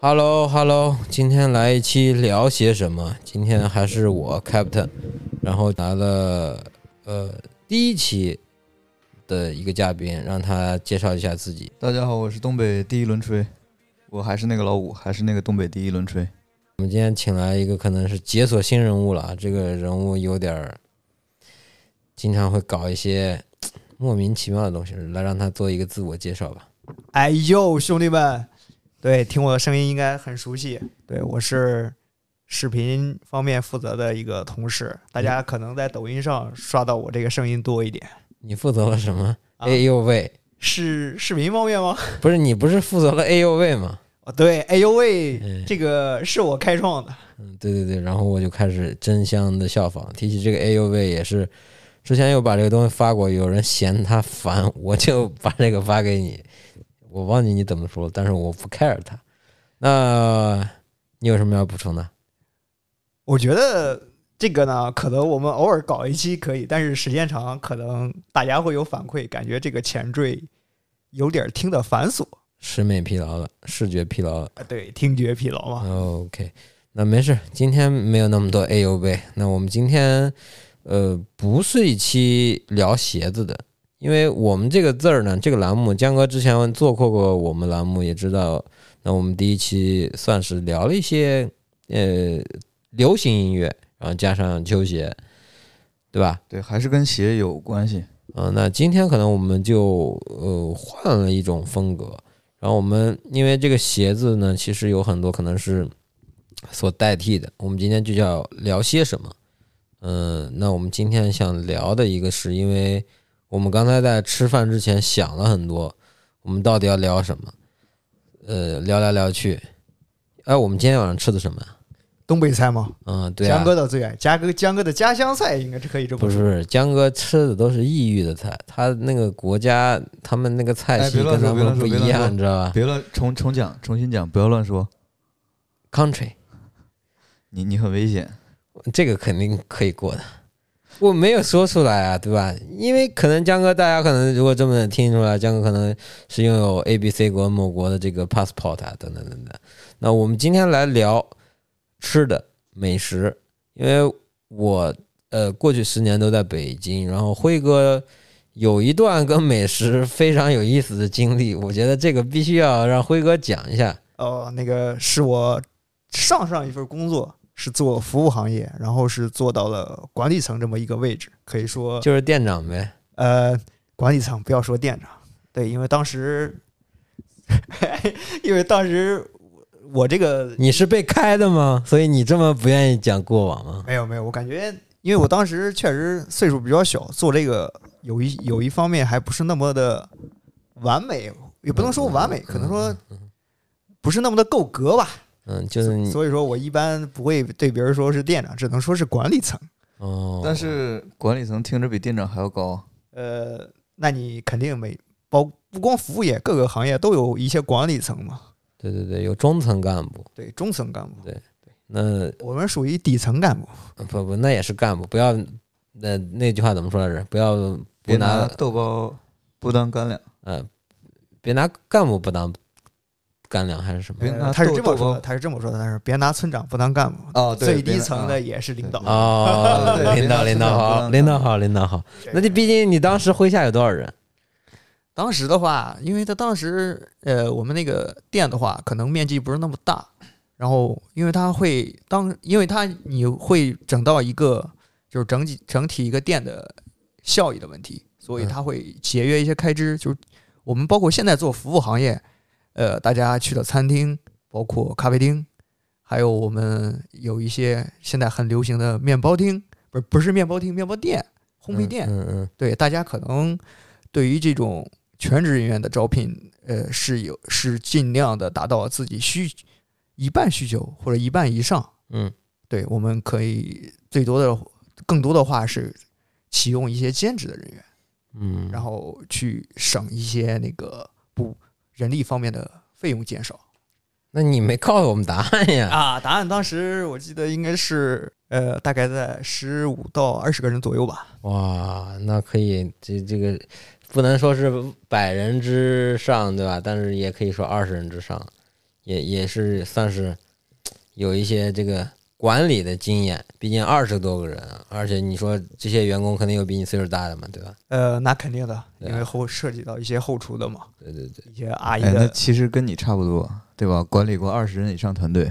Hello，Hello，今天来一期聊些什么？今天还是我 Captain，然后来了呃第一期的一个嘉宾，让他介绍一下自己。大家好，我是东北第一轮吹，我还是那个老五，还是那个东北第一轮吹。我们今天请来一个可能是解锁新人物了，啊，这个人物有点儿经常会搞一些嘖莫名其妙的东西，来让他做一个自我介绍吧。哎呦，兄弟们，对，听我的声音应该很熟悉。对我是视频方面负责的一个同事，大家可能在抖音上刷到我这个声音多一点。你负责了什么？啊哎呦喂，是视频方面吗？不是你不是负责了哎呦喂吗？哦，对，哎呦喂嗯，这个是我开创的。嗯，对对对，然后我就开始争相的效仿。提起这个 A U V 也是，之前有把这个东西发过，有人嫌它烦，我就 把这个发给你。我忘记你怎么说了，但是我不 care 它。那你有什么要补充的？我觉得这个呢，可能我们偶尔搞一期可以，但是时间长，可能大家会有反馈，感觉这个前缀有点听得繁琐。审美疲劳了，视觉疲劳了。啊对，听觉疲劳嘛。嗯 OK，那没事，今天没有那么多 A U V。那我们今天呃不是一期聊鞋子的，因为我们这个字儿呢，这个栏目江哥之前做过过我们栏目，也知道。那我们第一期算是聊了一些呃流行音乐，然后加上球鞋，对吧？对，还是跟鞋有关系。嗯、那今天可能我们就呃换了一种风格，然后我们因为这个鞋子呢，其实有很多可能是所代替的，我们今天就叫聊些什么。嗯、那我们今天想聊的一个是因为我们刚才在吃饭之前想了很多，我们到底要聊什么？呃，聊来聊去，哎，我们今天晚上吃的什么呀？东北菜吗？嗯，对啊江，哥的最爱，江哥江哥的家乡菜应该是可以这不么是说。不是，江哥吃的都是异域的菜，他那个国家他们那个菜哎系别乱跟咱说们别乱不说别一乱说样，你知道吧别乱重重讲，重新讲，不要乱说， ？Country 你你很危险。这个肯定可以过的，我没有说出来啊，对吧？因为可能江哥，大家可能如果这么听出来，江哥可能是拥有 A、B、C 国某国的这个 passport 啊，等等等等。那我们今天来聊吃的美食，因为我呃过去十年都在北京，然后辉哥有一段跟美食非常有意思的经历，我觉得这个必须要让辉哥讲一下。哦，那个是我上上一份工作是做服务行业，然后是做到了管理层这么一个位置，可以说就是店长呗，呃管理层不要说店长，对，因为当时 因为当时我这个你是被开的吗？所以你这么不愿意讲过往吗？没有没有，我感觉因为我当时确实岁数比较小，做这个有一有一方面还不是那么的完美，也不能说完嗯美，可能说不是那么的够格吧。嗯，就是你所以说我一般不会对别人说是店长，只能说是管理层。哦，但是管理层听着比店长还要高啊，呃，那你肯定没包，不光服务业，各个行业都有一些管理层嘛，对对对，有中层干部，对，中层干部，那我们属于底层干部。不不，那也是干部，不要那那句话怎么说来着？不要不别拿拿豆包不当干粮，呃，别拿干部不当干粮还是什么别拿呃他是哎豆这么豆包说的，他是这么说的，但是别拿村长不当干部，哦对最别低拿层啊的也是领导。对哦对，领别导拿领村导长不好，当领导干好，领导好。那你毕竟你当时麾下有多少人？当时的话，因为他当时呃，我们那个店的话，可能面积不是那么大，然后因为他会当，因为他你会整到一个就是整体整体一个店的效益的问题，所嗯以他会节约一些开支。就是我们包括现在做服务行业，呃，大家去的餐厅，包括咖啡厅，还有我们有一些现在很流行的面包厅，不是不是面包厅，面包店、烘焙店，嗯嗯对大家可能对于这种全职人员的招聘，呃，是有是尽量的达到自己需一半需求或者一半以上。嗯对，我们可以最多的更多的话是启用一些兼职的人员，嗯，然后后去省一些那个不人力方面的费用减少。那你没告诉我们答案 呀？啊，答案当时我记得应该是呃，大概在十五到二十个人左右吧。哇，那可以，这这个不能说是百人之上，对吧？但是也可以说二十人之上，也也是算是有一些这个管理的经验，毕竟二十多个人啊，而且你说这些员工肯定有比你岁数大的嘛，对吧？ 呃，那肯定的，对啊因为后涉及到一些后厨的嘛，对对对，一些阿姨哎，那的，其实跟你差不多，对吧？管理过二十人以上团队，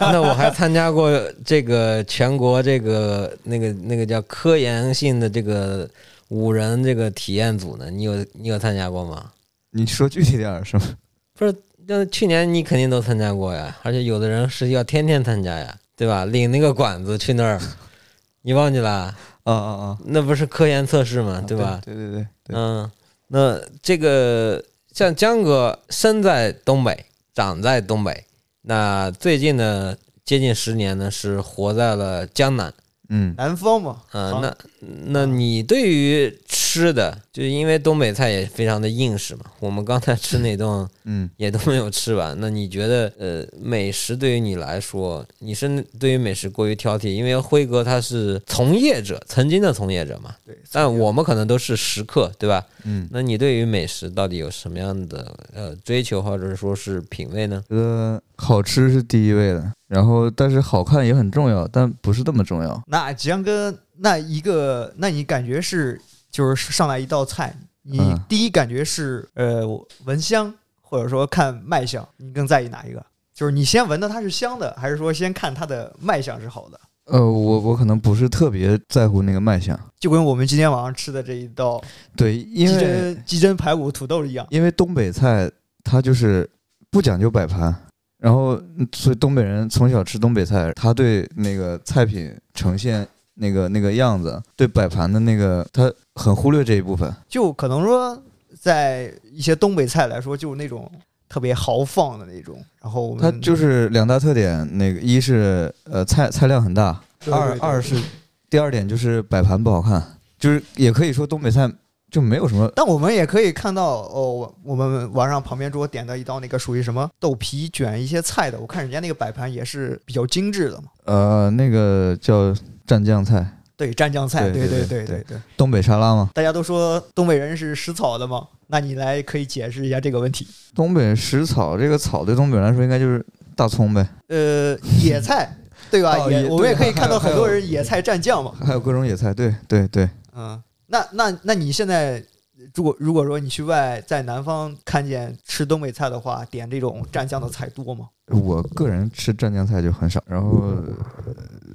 那我还参加过这个全国这个那个那个叫科研性的这个五人这个体验组呢，你有你有参加过吗？你说具体点儿是吗？那去年你肯定都参加过呀，而且有的人是要天天参加呀，对吧？领那个管子去那儿，你忘记了？啊啊啊！那不是科研测试嘛，啊对吧？对对对对，嗯，那这个像江哥生在东北，长在东北，那最近的接近十年呢是活在了江南。嗯，南方嘛，嗯、好那那你对于吃的，就是因为东北菜也非常的应试嘛，我们刚才吃那顿嗯，也都没有吃完。那你觉得，呃，美食对于你来说，你是对于美食过于挑剔？因为辉哥他是从业者，曾经的从业者嘛，对，但我们可能都是食客，对吧？嗯，那你对于美食到底有什么样的呃追求，或者说是品味呢？觉得好吃是第一位的，然后但是好看也很重要，但不是这么重要。那江哥那一个，那你感觉是就是上来一道菜，你嗯第一感觉是呃闻香，或者说看卖相，你更在意哪一个？就是你先闻到它是香的，还是说先看它的卖相是好的？呃，我我可能不是特别在乎那个卖相，就跟我们今天晚上吃的这一道对，因鸡为胗鸡胗排骨土豆一样，因为东北菜它就是不讲究摆盘，然后嗯所以东北人从小吃东北菜，他对那个菜品呈现那个那个样子，对摆盘的那个他很忽略这一部分。就可能说在一些东北菜来说，就是那种特别豪放的那种，然后我们它就是两大特点，那个一是呃菜菜量很大，对对二对二是第二点就是摆盘不好看，就是也可以说东北菜就没有什么但我们也可以看到，哦，我们晚上旁边桌点的一道那个属于什么豆皮卷一些菜的，我看人家那个摆盘也是比较精致的嘛。呃那个叫蘸酱菜，对，蘸酱菜，对对对对对对。东北沙拉嘛。大家都说东北人是食草的嘛，那你来可以解释一下这个问题。东北食草这个草对东北人来说应该就是大葱呗，呃，野菜对吧？ 哦也野我们也可以对看到还很有多人野菜蘸酱嘛。还有各种野菜，对对对，嗯，那那那你现在如果如果说你去外在南方看见吃东北菜的话，点这种蘸酱的菜多吗？我个人吃蘸酱菜就很少，然后呃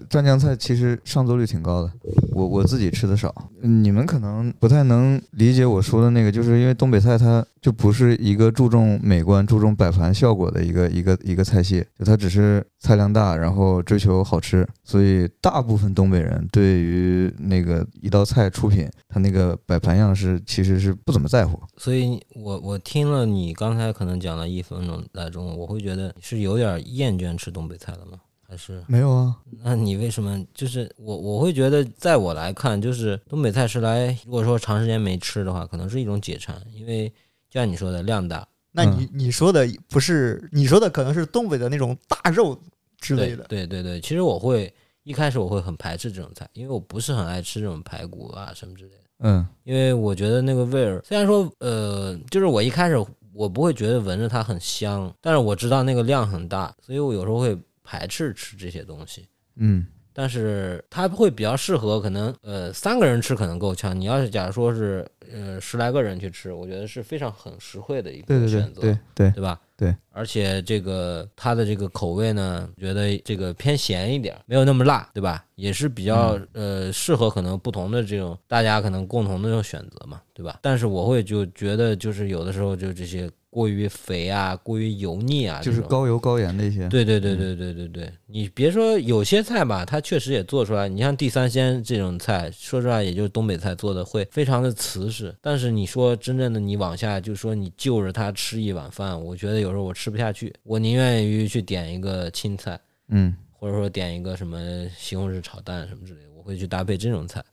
蘸酱菜其实上座率挺高的，我我自己吃的少。你们可能不太能理解我说的那个，就是因为东北菜它就不是一个注重美观、注重摆盘效果的一个一个一个菜系，就它只是菜量大，然后追求好吃，所以大部分东北人对于那个一道菜出品，它那个摆盘样式其实是不怎么在乎。所以我我听了你刚才可能讲了一分钟来钟，我会觉得你是有点厌倦吃东北菜了吗？还是没有啊，那你为什么就是我我会觉得，在我来看，就是东北菜是来，如果说长时间没吃的话，可能是一种解馋，因为就像你说的量大，那嗯你你说的不是你说的，可能是东北的那种大肉之类的。对对对对，其实我会一开始我会很排斥这种菜，因为我不是很爱吃这种排骨啊什么之类的，嗯因为我觉得那个味儿，虽然说呃，就是我一开始我不会觉得闻着它很香，但是我知道那个量很大，所以我有时候会排斥吃这些东西。嗯。但是它会比较适合，可能呃三个人吃可能够呛。你要是假如说是呃十来个人去吃，我觉得是非常很实惠的一对个对选择，对对对，对吧？对，而且这个它的这个口味呢，觉得这个偏咸一点儿，没有那么辣，对吧？也是比较、嗯呃适合可能不同的这种大家可能共同的这种选择嘛，对吧？但是我会就觉得就是有的时候就这些过于肥啊、过于油腻啊，就是这种高油高盐的一些。对对对对对对对，你别说有些菜吧，它确实也做出来。你像地三鲜这种菜，说出来也就是东北菜做的会非常的瓷实。但是你说真正的你往下，就说你就着它吃一碗饭，我觉得有时候我吃不下去，我宁愿于去点一个青菜，嗯，或者说点一个什么西红柿炒蛋什么之类的，我会去搭配这种菜。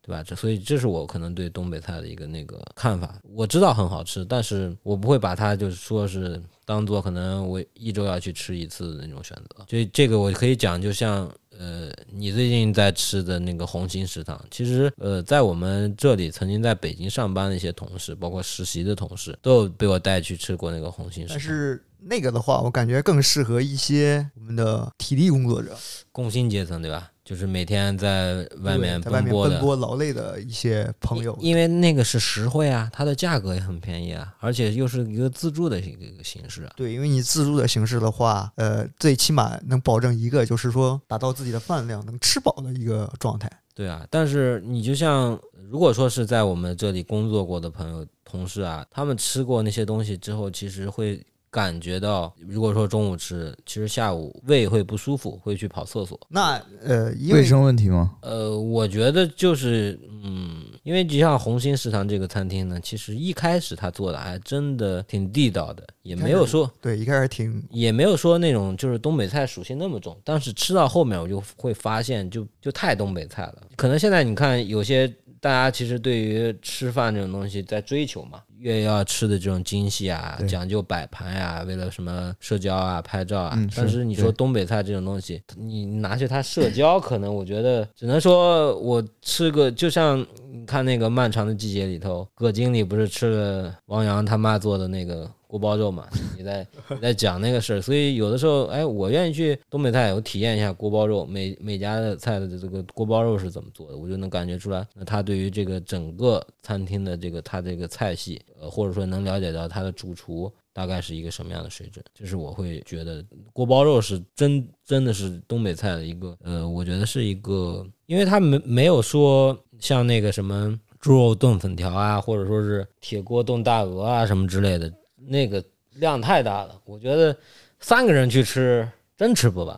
对吧？这所以这是我可能对东北菜的一个那个看法。我知道很好吃，但是我不会把它就是说是当做可能我一周要去吃一次的那种选择。所以这个我可以讲，就像呃，你最近在吃的那个红星食堂，其实呃，在我们这里曾经在北京上班的一些同事，包括实习的同事，都有被我带去吃过那个红星食但堂。是那个的话，我感觉更适合一些我们的体力工作者，工薪阶层对吧？就是每天在外面对在外奔面波的奔波劳累的一些朋友。因因为那个是实惠啊，它的价格也很便宜啊，而且又是一个自助的一个一个形式啊。对，因为你自助的形式的话，呃，最起码能保证一个，就是说达到自己的饭量，能吃饱的一个状态。对啊，但是你就像如果说是在我们这里工作过的朋友、同事啊，他们吃过那些东西之后，其实会感觉到，如果说中午吃，其实下午胃会不舒服，会去跑厕所。那呃，因卫为生问题吗？呃，我觉得就是，嗯，因为就像红星食堂这个餐厅呢，其实一开始他做的还真的挺地道的，也没有说对一开始挺也没有说那种就是东北菜属性那么重，但是吃到后面我就会发现就，就太东北菜了。可能现在你看有些大家其实对于吃饭这种东西在追求嘛，越要吃的这种精细啊，对讲究摆盘呀、为了什么社交啊、拍照啊。嗯但是是你说对东北菜这种东西，你拿去它社交，可能我觉得只能说我吃个，就像你看那个《漫长的季节》里头，葛经理不是吃了王阳他妈做的那个锅包肉嘛？你在你 在讲那个事儿，所以有的时候，哎，我愿意去东北菜，我体验一下锅包肉，每每家的菜的这个锅包肉是怎么做的，我就能感觉出来，那他对于这个整个餐厅的这个他这个菜系，呃，或者说能了解到他的主厨。大概是一个什么样的水准？这是我会觉得锅包肉是真真的是东北菜的一个呃，我觉得是一个，因为它没没有说像那个什么猪肉炖粉条啊，或者说是铁锅炖大鹅啊什么之类的，那个量太大了。我觉得三个人去吃真吃不完，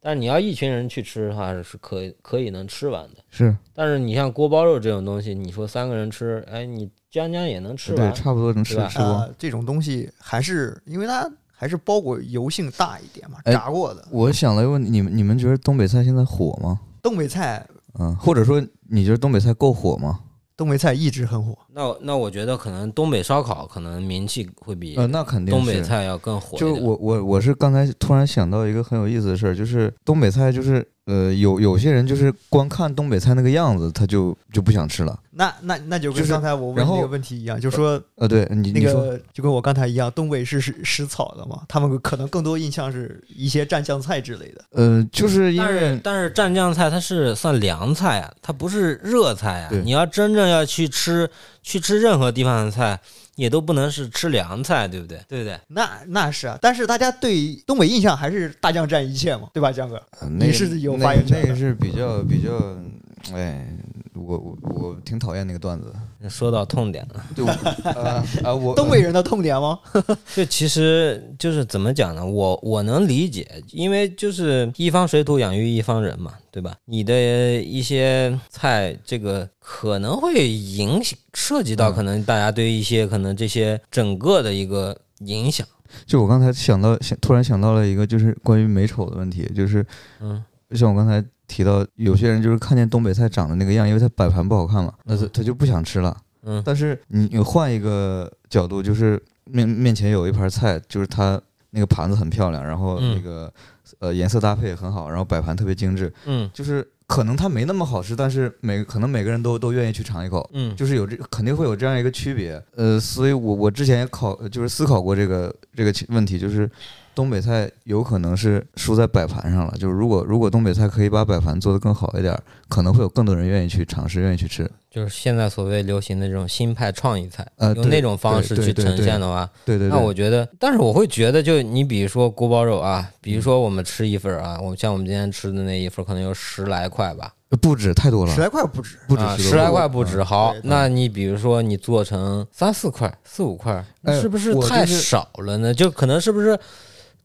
但是你要一群人去吃的话是可以可以能吃完的。是但是你像锅包肉这种东西，你说三个人吃，哎，你将将也能吃对，完。差不多能吃对吧吃光。啊、这种东西还是因为它还是包裹油性大一点嘛，哎炸过的。我想了一个问题，你们你们觉得东北菜现在火吗？东北菜，嗯，或者说你觉得东北菜够火吗？东北菜一直很火。那我那我觉得可能东北烧烤可能名气会比呃，那肯定东北是菜要更火一就点。是我我我是刚才突然想到一个很有意思的事儿，就是东北菜，就是呃有有些人就是光看东北菜那个样子，他就就不想吃了。那那那就就跟是刚才我问然后那个问题一样，就说呃，对你那你说个就跟我刚才一样，东北是食食草的嘛，他们可能更多印象是一些蘸酱菜之类的。呃，就是因但是为但是蘸酱菜它是算凉菜啊，它不是热菜啊。对你要真正要去吃去吃任何地方的菜，也都不能是吃凉菜，对不对？对不对？那那是啊，但是大家对东北印象还是大酱蘸一切嘛，对吧，江哥？呃那个是有那发个言权那个的是比较比较，哎，我我我挺讨厌那个段子的。说到痛点了，对，我 呃啊我东北人的痛点吗？这其实就是怎么讲呢？我我能理解，因为就是一方水土养育一方人嘛，对吧？你的一些菜，这个可能会影响涉及到嗯可能大家对一些可能这些整个的一个影响。就我刚才想到，想突然想到了一个，就是关于美丑的问题，就是嗯，像我刚才提到，有些人就是看见东北菜长得那个样，因为它摆盘不好看嘛，那他嗯他就不想吃了。嗯但是你你换一个角度，就是面面前有一盘菜，就是它那个盘子很漂亮，然后嗯那个、呃颜色搭配也很好，然后摆盘特别精致，嗯就是可能它没那么好吃，但是每可能每个人都都愿意去尝一口。嗯，就是有这肯定会有这样一个区别，呃，所以我我之前也考就是思考过这个这个问题，就是东北菜有可能是输在摆盘上了，就是如果如果东北菜可以把摆盘做得更好一点，可能会有更多人愿意去尝试，愿意去吃。就是现在所谓流行的这种新派创意菜，呃用对那种方式对去对呈对现的话，对对对，那我觉得，但是我会觉得，就你比如说锅包肉啊，比如嗯说我们吃一份儿啊，我们像我们今天吃的那一份儿，可能有十来块吧，不止太多了十，来块不止。不止啊10十来块不止。嗯好对，对那你比如说你做成三四块、四五块，哎是不是我就太是少了呢？就可能是不是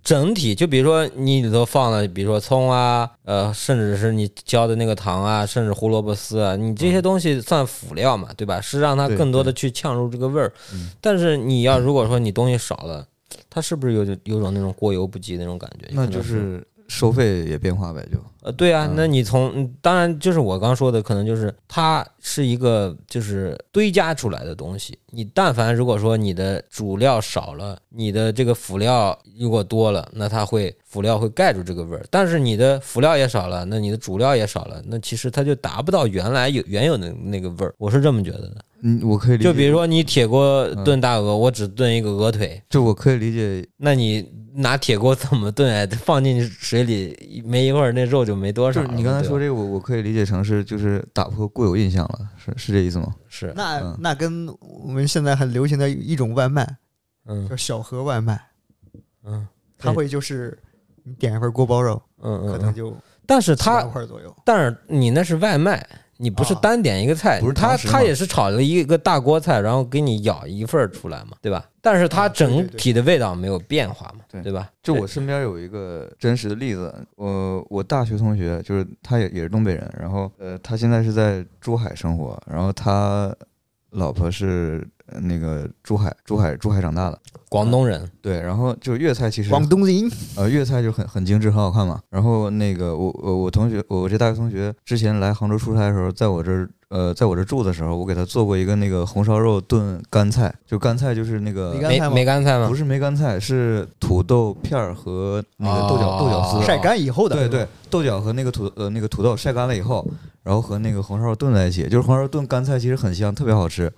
整体？就比如说你里头放了，比如说葱啊，呃，甚至是你浇的那个糖啊，甚至胡萝卜丝啊，你这些东西算辅料嘛，对吧？是让它嗯对更多的去呛入这个味儿嗯。但是你要如果说你东西少了，它是不是有有种那种过犹不及的那种感觉？那可能就是收费也变化呗，就呃，对啊嗯，那你从嗯当然就是我刚说的，可能就是它是一个就是堆加出来的东西。你但凡如果说你的主料少了，你的这个辅料如果多了，那它会辅料会盖住这个味儿。但是你的辅料也少了，那你的主料也少了，那其实它就达不到原来有原有的那个味儿。我是这么觉得的。嗯，我可以理解，嗯就比如，说你铁锅炖大鹅，我只炖一个鹅腿，就我可以理解，那你拿铁锅 怎么炖啊？放进水里没一会儿，那肉就没多就少是了。你刚才对吧说这个，我我可以理解成是就是打破固有印象了，是是这意思吗？是，那嗯那跟我们现在很流行的一种外卖嗯叫小盒外卖，嗯它会就是你点一份锅包肉，嗯可嗯能嗯，就但是七八他，块左右。但是你那是外卖，你不是啊单点一个菜，不是他堂食他吗也是炒了一个大锅菜，然后给你舀一份儿出来嘛，对吧？但是它啊对对整对体的味道没有变化嘛，对对吧？就我身边有一个真实的例子，我我大学同学就是他也也是东北人，然后呃，他现在是在珠海生活，然后他老婆是呃那个珠海珠海珠海长大的，广东人，对，然后就是粤菜其实广东人呃粤菜就很很精致很好看嘛，然后那个我我我同学我这大学同学之前来杭州出差的时候，在我这儿。呃，在我这儿住的时候，我给他做过一个那个红烧肉炖干菜，就干菜就是那个梅干梅菜吗梅干菜吗不？是梅干菜，是土豆片儿和那个豆角、哦豆角丝。晒干以后的，对对，豆角和那个土呃那个土豆晒干了以后，然后和那个红烧肉炖在一起，就是红烧肉炖干菜其实很香，特别好吃。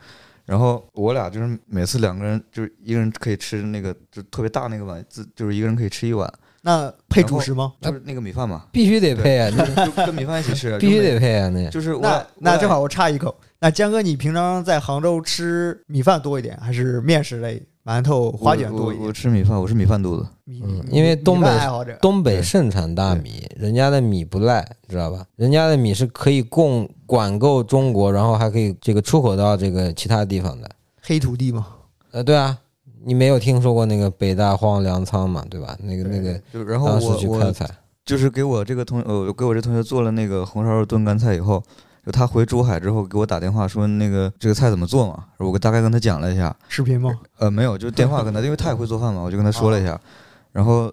然后我俩就是每次两个人就是一个人可以吃那个就特别大那个碗，自就是一个人可以吃一碗，那配主食吗？就是那个米饭嘛，必须得配啊，那就跟米饭一起 吃，必须就每得配啊，那就是我俩那那正，好我我插一口，那江哥，你平常在杭州吃米饭多一点，还是面食类馒头、俩花卷我多一我点我？吃米饭，我是米饭肚子，米嗯米因为米东北饭爱好者，东北对盛产大米，人家的米不赖，知道吧？人家的米是可以供管够中国，然后还可以这个出口到这个其他地方的。黑土地嘛，呃，对啊，你没有听说过那个北大荒粮仓嘛，对吧？那个那个，就然后当时我去我看菜，就是给我这个同呃，给我这同学做了那个红烧肉炖干菜以后，就他回珠海之后给我打电话说那个这个菜怎么做嘛，我大概跟他讲了一下，视频吗？呃，没有，就电话跟他，因为他也会做饭嘛，我就跟他说了一下，然后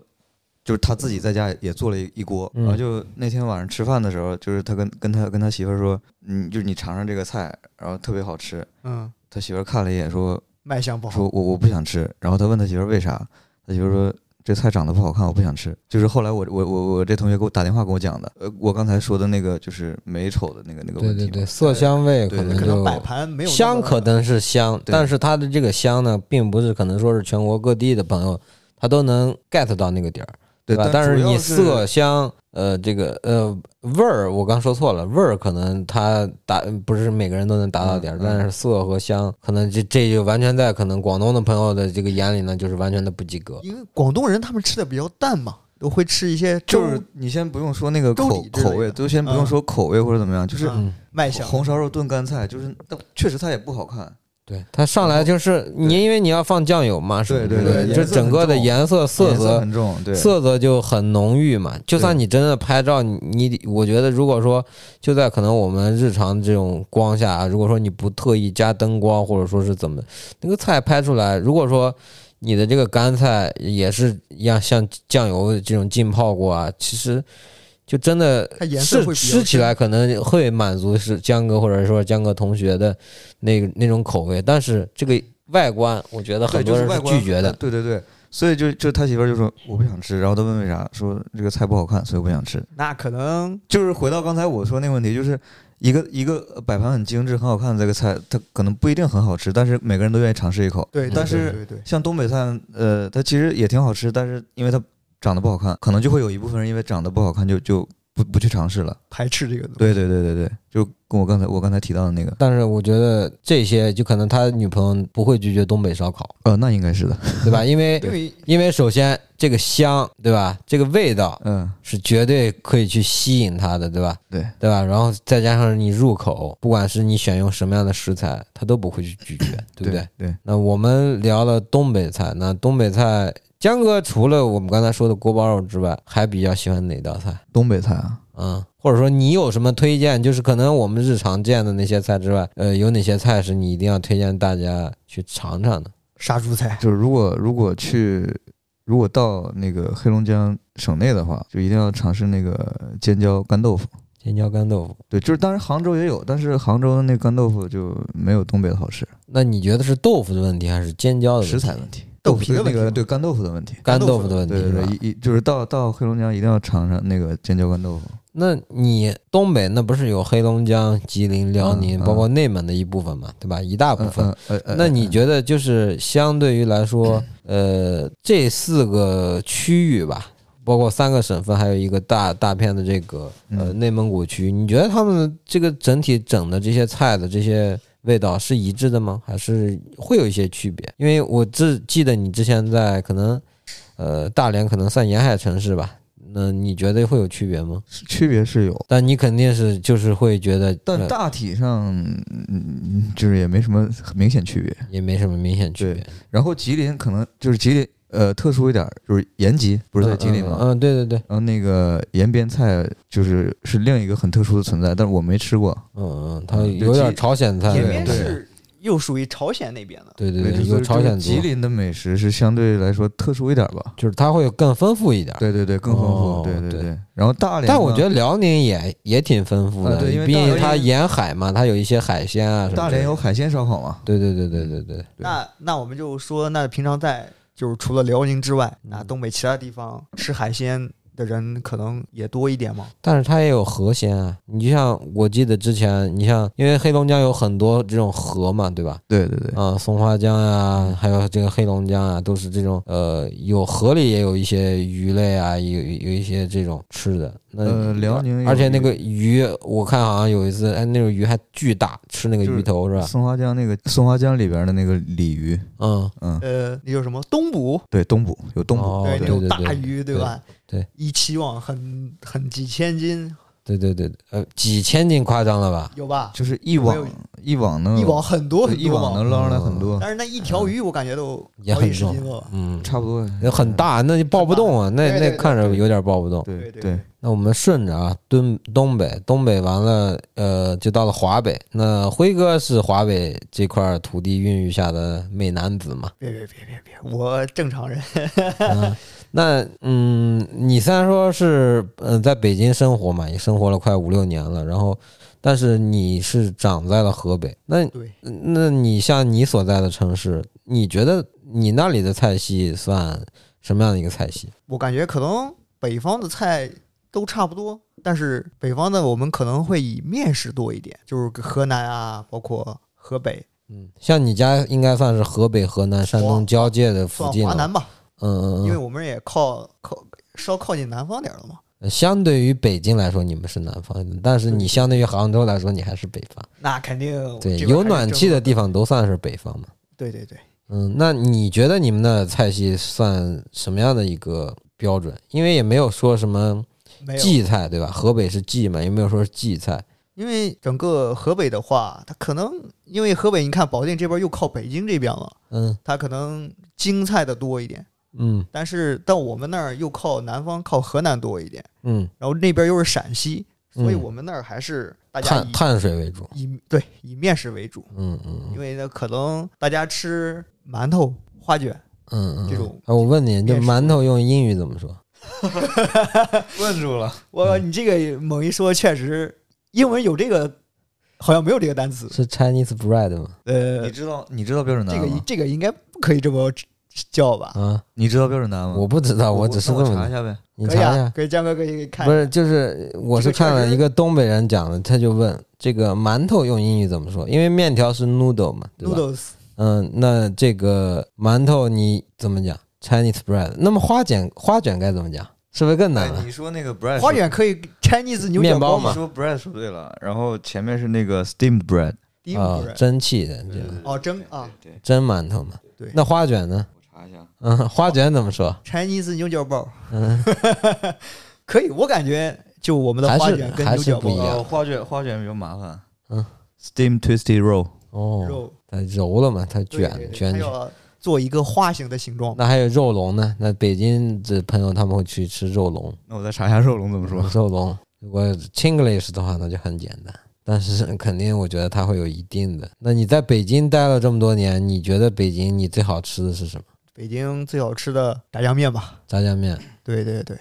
就是他自己在家也做了一一锅，嗯然后就那天晚上吃饭的时候，就是他跟跟他跟他媳妇儿说，嗯，就是你尝尝这个菜，然后特别好吃，嗯，他媳妇儿看了一眼说卖相不好，说我我不想吃，然后他问他媳妇儿为啥，他媳妇儿说这菜长得不好看，我不想吃。就是后来我我我我这同学给我打电话跟我讲的，呃，我刚才说的那个就是美丑的那个那个对问题对嘛，对，色香味可对对能可能就摆盘没有那么香，可能是香，对但是它的这个香呢，并不是可能说是全国各地的朋友他都能 get 到那个点儿，对吧？但主是要你是色香呃这个呃味儿，我刚说错了，味儿可能它达不是每个人都能达到点儿，嗯嗯但是色和香可能这这就完全在可能广东的朋友的这个眼里呢，就是完全的不及格。因为广东人他们吃的比较淡嘛，都会吃一些粥就是你先不用说那个粥口底之类的口味，都先不用嗯说口味或者怎么样，就是嗯卖相。红烧肉炖干菜，就是但确实它也不好看，对，它上来就是你，因为你要放酱油嘛，是不是对对对这颜色整很个的重颜色色颜泽很重，对，色泽就很浓郁嘛。就算对你真的拍照，你你我觉得如果说就在可能我们日常这种光下啊，如果说你不特意加灯光或者说是怎么，那个菜拍出来，如果说你的这个干菜也是一样像酱油这种浸泡过啊，其实。就真的它颜色是会比较吃起来可能会满足是江哥或者说江哥同学的那个那种口味，但是这个外观我觉得对很就多是人外是观拒绝的。对对对。所以就就他媳妇儿就说我不想吃，然后他问为啥，说这个菜不好看，所以不想吃。那可能就是回到刚才我说那个问题，就是一个一个呃摆盘很精致、很好看的这个菜，它可能不一定很好吃，但是每个人都愿意尝试一口。对，嗯对但是对对对像东北菜，呃，它其实也挺好吃，但是因为它长得不好看，可能就会有一部分人因为长得不好看就就不不去尝试了。排斥这个东西，对对对对对，就跟我刚才我刚才提到的那个，但是我觉得这些就可能他女朋友不会拒绝东北烧 烤，呃，那应该是的，对吧？因为因为因为首先这个香，对吧？这个味道嗯，是绝对可以去吸引他的，对吧？对对吧？然后再加上你入口，不管是你选用什么样的食材，他都不会去拒 绝，对不对？对对，那我们聊了东北菜，那东北菜，江哥除了我们刚才说的锅包肉之外，还比较喜欢哪道菜？东北菜啊，嗯，或者说你有什么推荐？就是可能我们日常见的那些菜之外，呃，有哪些菜是你一定要推荐大家去尝尝的？杀猪菜就是如果如果去如果到那个黑龙江省内的话，就一定要尝试那个尖椒干豆腐。尖椒干豆腐。对，就是当然杭州也有，但是杭州的那干豆腐就没有东北的好吃，那你觉得是豆腐的问题还是尖椒的问题食材问题，豆皮的那问题个吗对干豆腐的问题。干豆豆腐腐的问题对对是吧对，一一就是到到黑龙江一定要尝尝那个尖椒干豆腐。那你东北那不是有黑龙江、吉林、辽宁，嗯嗯包括内蒙的一部分嘛，对吧？一大部嗯分。嗯呃呃，那你觉得就是相对于来 说，呃，这四个区域吧，包括三个省份，还有一个大大片的这个呃嗯内蒙古区，你觉得他们这个整体整的这些菜的这些味道是一致的吗？还是会有一些区别？因为我只记得你之前在可能呃大连可能算沿海城市吧，那你觉得会有区别吗？区别是有，但你肯定是就是会觉得，但呃大体上嗯就是也没什么很明显区别。也没什么明显区对别，然后吉林可能就是吉林呃特殊一点儿，就是延吉不不是在吉林吗？嗯，嗯对对对，然后那个延边菜就是是另一个很特殊的存在，但是我没吃过。嗯嗯，它嗯有尤点其朝鲜菜的延感对边觉，是又属于朝鲜那边的，对对就对，是有朝就是鲜族吉，林的美食是相对来说特殊一点吧？就是它会更丰富一点。对对对，更丰富。哦对对对对。然后大连呢，但我觉得辽宁也也挺丰富的，啊对因为毕大竟连它沿海嘛，它有一些海鲜啊什么。大连有，海鲜烧烤嘛，对对对对对对，对那那我们就说，那平常在就是除了辽宁之外，那东北其他地方吃海鲜的人可能也多一点嘛。但是它也有河鲜啊。你就像我记得之前，你像因为黑龙江有很多这种河嘛，对吧？对对对，啊，松花江呀、还有这个黑龙江啊，都是这种呃，有河里也有一些鱼类啊，有有一些这种吃的。那、呃，辽宁有而且那一个鱼，我看好像有一次，哎，那种鱼还巨大，吃那个就是鱼头是吧？松花江那个松花江里边的那个鲤鱼，嗯，嗯，呃，有什么东捕，对，东捕有东捕，哦对那对种对大对鱼，对吧？对对一期望很很几千斤对对对，对呃，几千斤夸张了吧？有吧？就是一有网没一网能一网很多嗯对很一多网嘛，能捞上来很多，哦但是那一条鱼我感觉都也好很几十重斤了吧。嗯，差不多那很。大，那就抱不动啊，那对对那对看着有点抱不动。对对对，那我们顺着啊，东东北，东北完了，呃，就到了华北。那辉哥是华北这块土地孕育下的美男子 嘛？别别别别别，我正常人，嗯，那嗯，你虽然说是嗯、呃在北京生活嘛，也生活了快五六年了，然后但是你是长在了河北，那对，那你像你所在的城市，你觉得你那里的菜系算什么样的一个菜系？我感觉可能北方的菜都差不多，但是北方的我们可能会以面食多一点，就是河南啊，包括河北，嗯，像你家应该算是河北、河南、山华东交界的附算近华了，南吧，嗯因为嗯我们也靠靠稍靠近南方点儿了嘛。嗯，相对于北京来说，你们是南方的，但是你相对于杭州来说，你还是北方。那肯定对，这边有还是暖正气的宗地方都算是北方嘛。对对对，嗯，那你觉得你们的菜系算什么样的一个标准？因为也没有说什么没有，蓟菜，对吧？河北是蓟嘛，也没有说是蓟菜。因为整个河北的话，它可能因为河北，你看保定这边又靠北京这边了，嗯它可能京菜的多一点，嗯但是到我们那儿又靠南方靠河南多一点，嗯，然后那边又是陕西，所以嗯我们那儿还是大家碳以碳水为主。以对以面食为主，嗯嗯因为呢可能大家吃馒头、花卷，嗯嗯。这种哎，我问你，这面食馒头用英语怎么说？问住了，我你这个猛一说，确实英文有这个，好像没有这个单词，是 Chinese bread 吗？呃你，知道你知道标准答这案个吗？这个应该不可以这么叫吧？啊，你知道标准答案吗？我不知道，我只是嗯那我问查一问下呗。你，你可查以一啊下，。可以江哥可以看一不下。是，就是我是看了一个东北人讲的，他就问这个馒头用英语怎么说？因为面条是 noodle 嘛，对吧？ noodles，嗯，那这个馒头你怎么讲？Chinese bread。那么花卷，花卷该怎么讲？是不是更难哎了？你说那个 bread 花卷可以 Chinese 牛角面包包说，嘛你说 bread 说对了，然后前面是那个 steamed bread，第一啊个，人蒸汽的，这对个对对哦蒸啊对，对蒸馒头嘛。对那花卷呢？我查一下。嗯，花卷怎么说？ Chinese 牛角包，嗯， 可以，我感觉就我们的还是花卷跟牛角还是不一包样哦，花卷花卷比较麻烦。嗯，steamed twisty roll，哦，肉它揉了嘛，它对卷对对卷它卷。要做一个花形的形状。那还有肉龙呢？那北京的朋友他们会去吃肉龙。那我再查一下肉龙怎么说。肉龙，如果 Chinglish 的话，那就很简单。但是 肯定，我觉得它会有一定的。那你在北京待了这么多年，你觉得北京你最好吃的是什么？北京最好吃的炸酱面吧。炸酱面，对对对，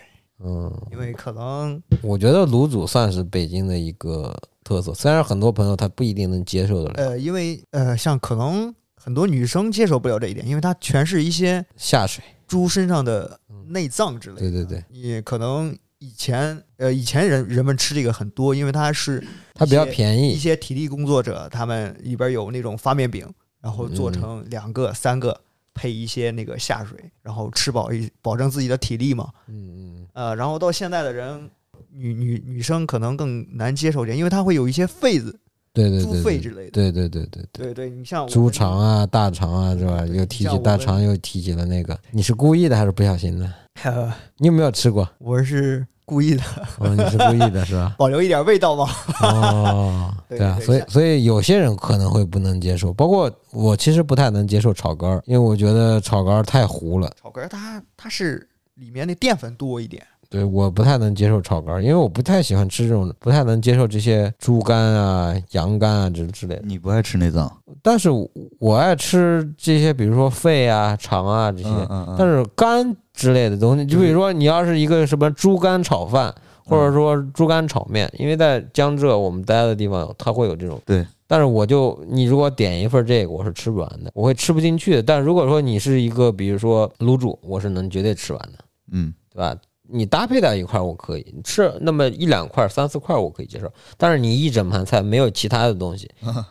嗯，因为可能我觉得卤煮算是北京的一个特色，虽然很多朋友他不一定能接受得了，呃，因为呃，像可能很多女生接受不了这一点，因为它全是一些下水，猪身上的内脏之类的。对对对，你可能以前呃，以前人人们吃这个很多，因为它是它比较便一宜，些体力工作者，他们里边有那种发面饼，然后做成两个、三个，配一些那个下水，然后吃饱一保证自己的体力嘛。嗯嗯，呃，然后到现在的人，女女女生可能更难接受这，因为它会有一些痱子、对对猪对，肺对之类的。对对对对对，对对，你像我猪们肠啊、大肠啊是吧？对又提像起我大们肠，又提起了那个，你是故意的还是不小心的？呃，你有没有吃过？ 我是故意的，？哦，你是故意的是吧保留一点味道嘛。 哦， 对啊，对所以像所以有些人可能会不能接受，包括我其实不太能接受炒肝儿，因为我觉得炒肝儿太糊了。炒肝它它是里面的淀粉多一点，对，我不太能接受炒肝儿，因为我不太喜欢吃这种，不太能接受这些猪肝啊、羊肝啊之之类的。 你不爱吃内脏，但是我我爱吃这些，比如说肺啊、肠啊这些，嗯嗯嗯但是肝之类的东西，就比如说你要是一个什么猪肝炒饭，嗯或者说猪肝炒面，因为在江浙我们待的地方，它会有这种。对。但是我就你如果点一份这个，我是吃不完的，我会吃不进去的。但如果说你是一个比如说卤煮，我是能绝对吃完的，嗯，对吧？你搭配在一块儿我可以吃那么一两块、三四块我可以接受，但是你一整盘菜没有其他的东 西，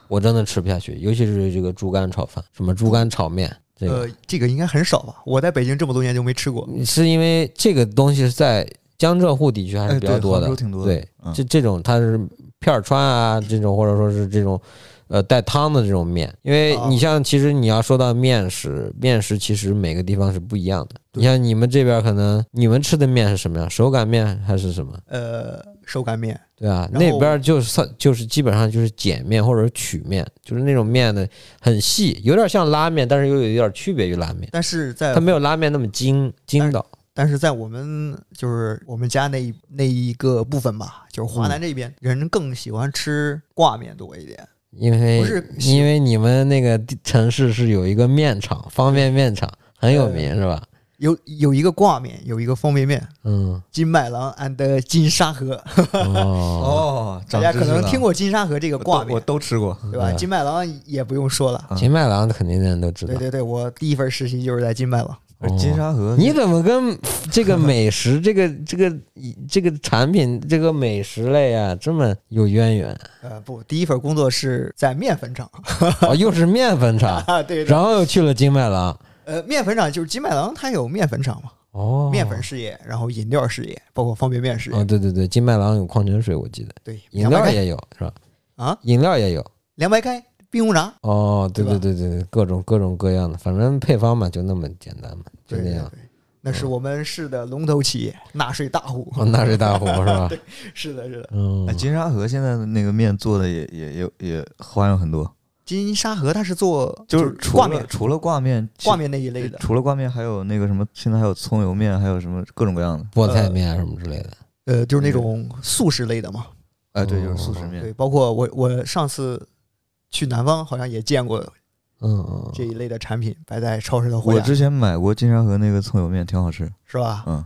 我真的吃不下去。尤其是这个猪肝炒饭，什么猪肝炒面，这个呃，这个应该很少吧？我在北京这么多年就没吃过。是因为这个东西是在江浙沪地区还哎，是比较对，多杭的州，挺多的，对，嗯这这种它是片儿川啊，这种或者说是这种呃带汤的这种面，因为啊你像其实你要说到面食，面食其实每个地方是不一样的。对你像你们这边可能你们吃的面是什么呀？手擀面还是什么？呃，手擀面，对啊，然后那边就是算就是基本上就是碱面或者是曲面，就是那种面的很细，有点像拉面，但是又有点区别于拉面，但是在哎它没有拉面那么筋筋道。但是在我们就是我们家那一那一个部分吧，就是华嗯南这边、人更喜欢吃挂面多一点。因为不是喜因为你们那个地城市是有一个面厂，方便面厂很有名是吧？有有一个挂面，有一个方便面， 嗯，金麦郎 and 金沙河，哦，哦，长大家知可识能了听过金沙河这个我挂都我面，都吃过，对嗯吧？啊金麦郎也不用说了，秦麦郎肯定人都知道对。对对，我第一份实习就是在金麦郎。而金沙河哦 你怎么跟这个美食、这个这个这个产品、这个美食类啊这么有渊源？呃，不，第一份工作是在面粉厂 哦，又是面粉厂，啊，对对，然后又去了金麦郎。呃，面粉厂就是金麦郎，它有面粉厂嘛，哦，面粉事业，然后饮料事业，包括方便面事哦，业，对对对，金麦郎有矿泉水，我记得，对，饮凉白料开也有是吧？啊，饮料也有。凉白开、冰红茶，哦，对对对吧对对，对各种各种各样的，反正配方嘛就那么简单嘛，就对那对样。对，那嗯是我们市的龙头企业，纳税大户。哦，纳税大户是吧？ 是的，是的。嗯哎，金沙河现在的那个面做的也也也也花样很多，金沙河它是做就是除挂了面、除了挂面，其挂面那一类的，除了挂面还有那个什么，现在还有葱油面，还有什么各种各样的。菠菜面啊什么之类的。呃，就是那种素食类的嘛。哎，对，就是速食面对，。包括我我上次去南方好像也见过嗯嗯这一类的产品摆在超市的货我架，之前买过金沙河那个葱油面，挺好吃。是吧？嗯，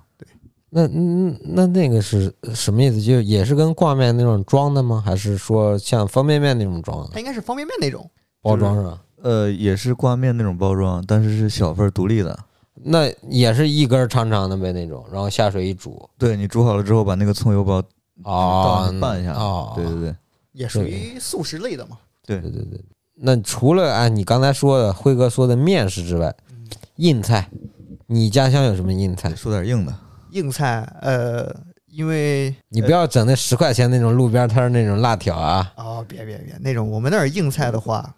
那嗯那那个是什么意思？就也是跟挂面那种装的吗？还是说像方便面那种装的它应该是方便面那种，包装是吧？呃，也是挂面那种包装，但是是小份儿独立的。那也是一根儿长长的呗那种，然后下水一煮。对你煮好了之后，把那个葱油包，哦倒，上拌一下哦，对对对也属于素食类的嘛。对对对。那除了按你刚才说的辉哥说的面食之外，嗯硬菜，你家乡有什么硬菜得？哎说点硬的。硬菜，呃，因为你不要整那十块钱那种路边摊儿那种辣条啊！哦，别别别，那种我们那儿硬菜的话，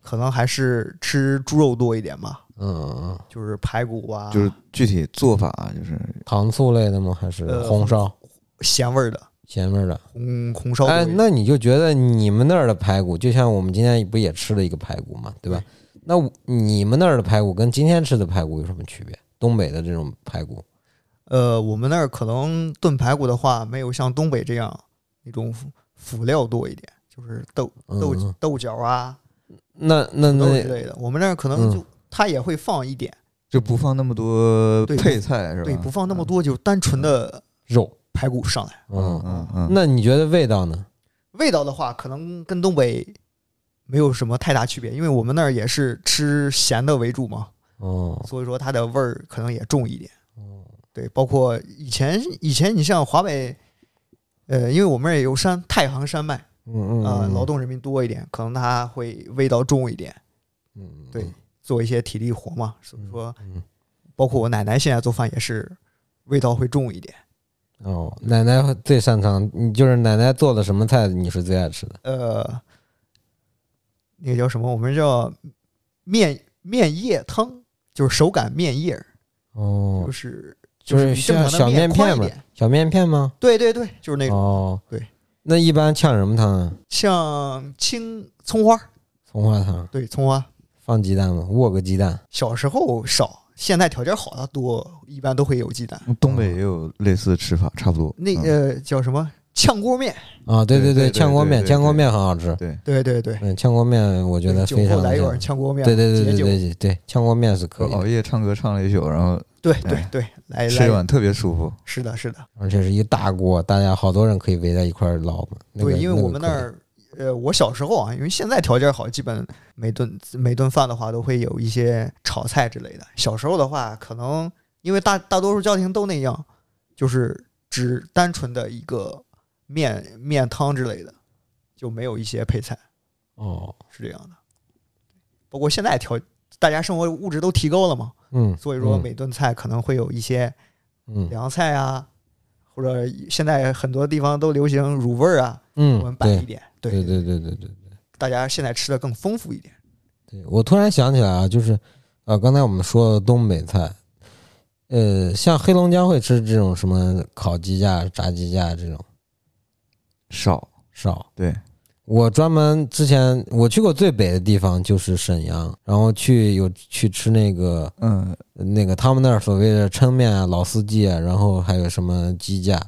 可能还是吃猪肉多一点吧，嗯嗯，嗯，就是排骨啊，就是具体做法啊就是糖醋类的吗？还是呃红烧、咸味儿的咸味儿的？红红烧多哎一，点。那你就觉得你们那儿的排骨，就像我们今天不也吃了一个排骨嘛，对吧？那我你们那儿的排骨跟今天吃的排骨有什么区别？东北的这种排骨，呃，我们那儿可能炖排骨的话，没有像东北这样那种辅辅料多一点，就是豆豆、嗯，豆角啊、那那豆之那嗯类的。我们那儿可能就、它也会放一点，就不放那么多对配菜是吧？对，不放那嗯么多，就单纯的肉，排骨上来。嗯嗯，嗯嗯，那你觉得味道呢？味道的话，可能跟东北没有什么太大区别，因为我们那儿也是吃咸的为主嘛，哦，嗯所以说它的味儿可能也重一点。对，包括以前以前你像华北，呃，因为我们那儿也有山，太行山脉嗯嗯啊、呃嗯，劳动人民多一点，可能它会味道重一点，嗯，嗯对，做一些体力活嘛，所以说嗯，包括我奶奶现在做饭也是味道会重一点。哦，奶奶最擅长，你就是奶奶做的什么菜你是最爱吃的？呃，那个叫什么？我们叫面面叶汤，就是手擀面叶儿，哦就，是就是比正像常的小面宽片一嘛，点。小面片吗？对对对，就是那种、哦，对，那一般呛什么汤啊？像青葱花儿，葱花汤，对葱花。放鸡蛋吗？卧个鸡蛋。小时候少，现在条件好的多，一般都会有鸡蛋。东北也有类似的吃法，差不多。那嗯呃叫什么炝锅面？啊，对对对对，对炝锅面，对对炝锅面很好吃。对，对对对，嗯，炝锅面我觉得酒非常后来一香碗。炝锅面，对对对对解酒对对对，炝锅面是可我以熬的，夜唱歌唱了一宿，然后对对哎对，来吃一来，碗特别舒服。是的，是的，而且是一大锅，大家好多人可以围在一块儿捞嘛。那个对，因为我们那那个可以儿。呃，我小时候啊，因为现在条件好，基本每顿每顿饭的话都会有一些炒菜之类的。小时候的话，可能因为大大多数家庭都那样，就是只单纯的一个面面汤之类的，就没有一些配菜。哦，是这样的。包括现在条，大家生活物质都提高了嘛，嗯，所以说嗯每顿菜可能会有一些嗯凉菜啊，或者现在很多地方都流行乳味儿啊，我们嗯，摆一对点，对对对对对。大家现在吃的更丰富一点。对我突然想起来啊，就是呃，刚才我们说的东北菜，呃，像黑龙江会吃这种什么烤鸡架、炸鸡架这种少，少。对，我专门之前我去过最北的地方就是沈阳，然后去有去吃那个嗯，那个他们那儿所谓的抻面啊、老司机啊，然后还有什么鸡架，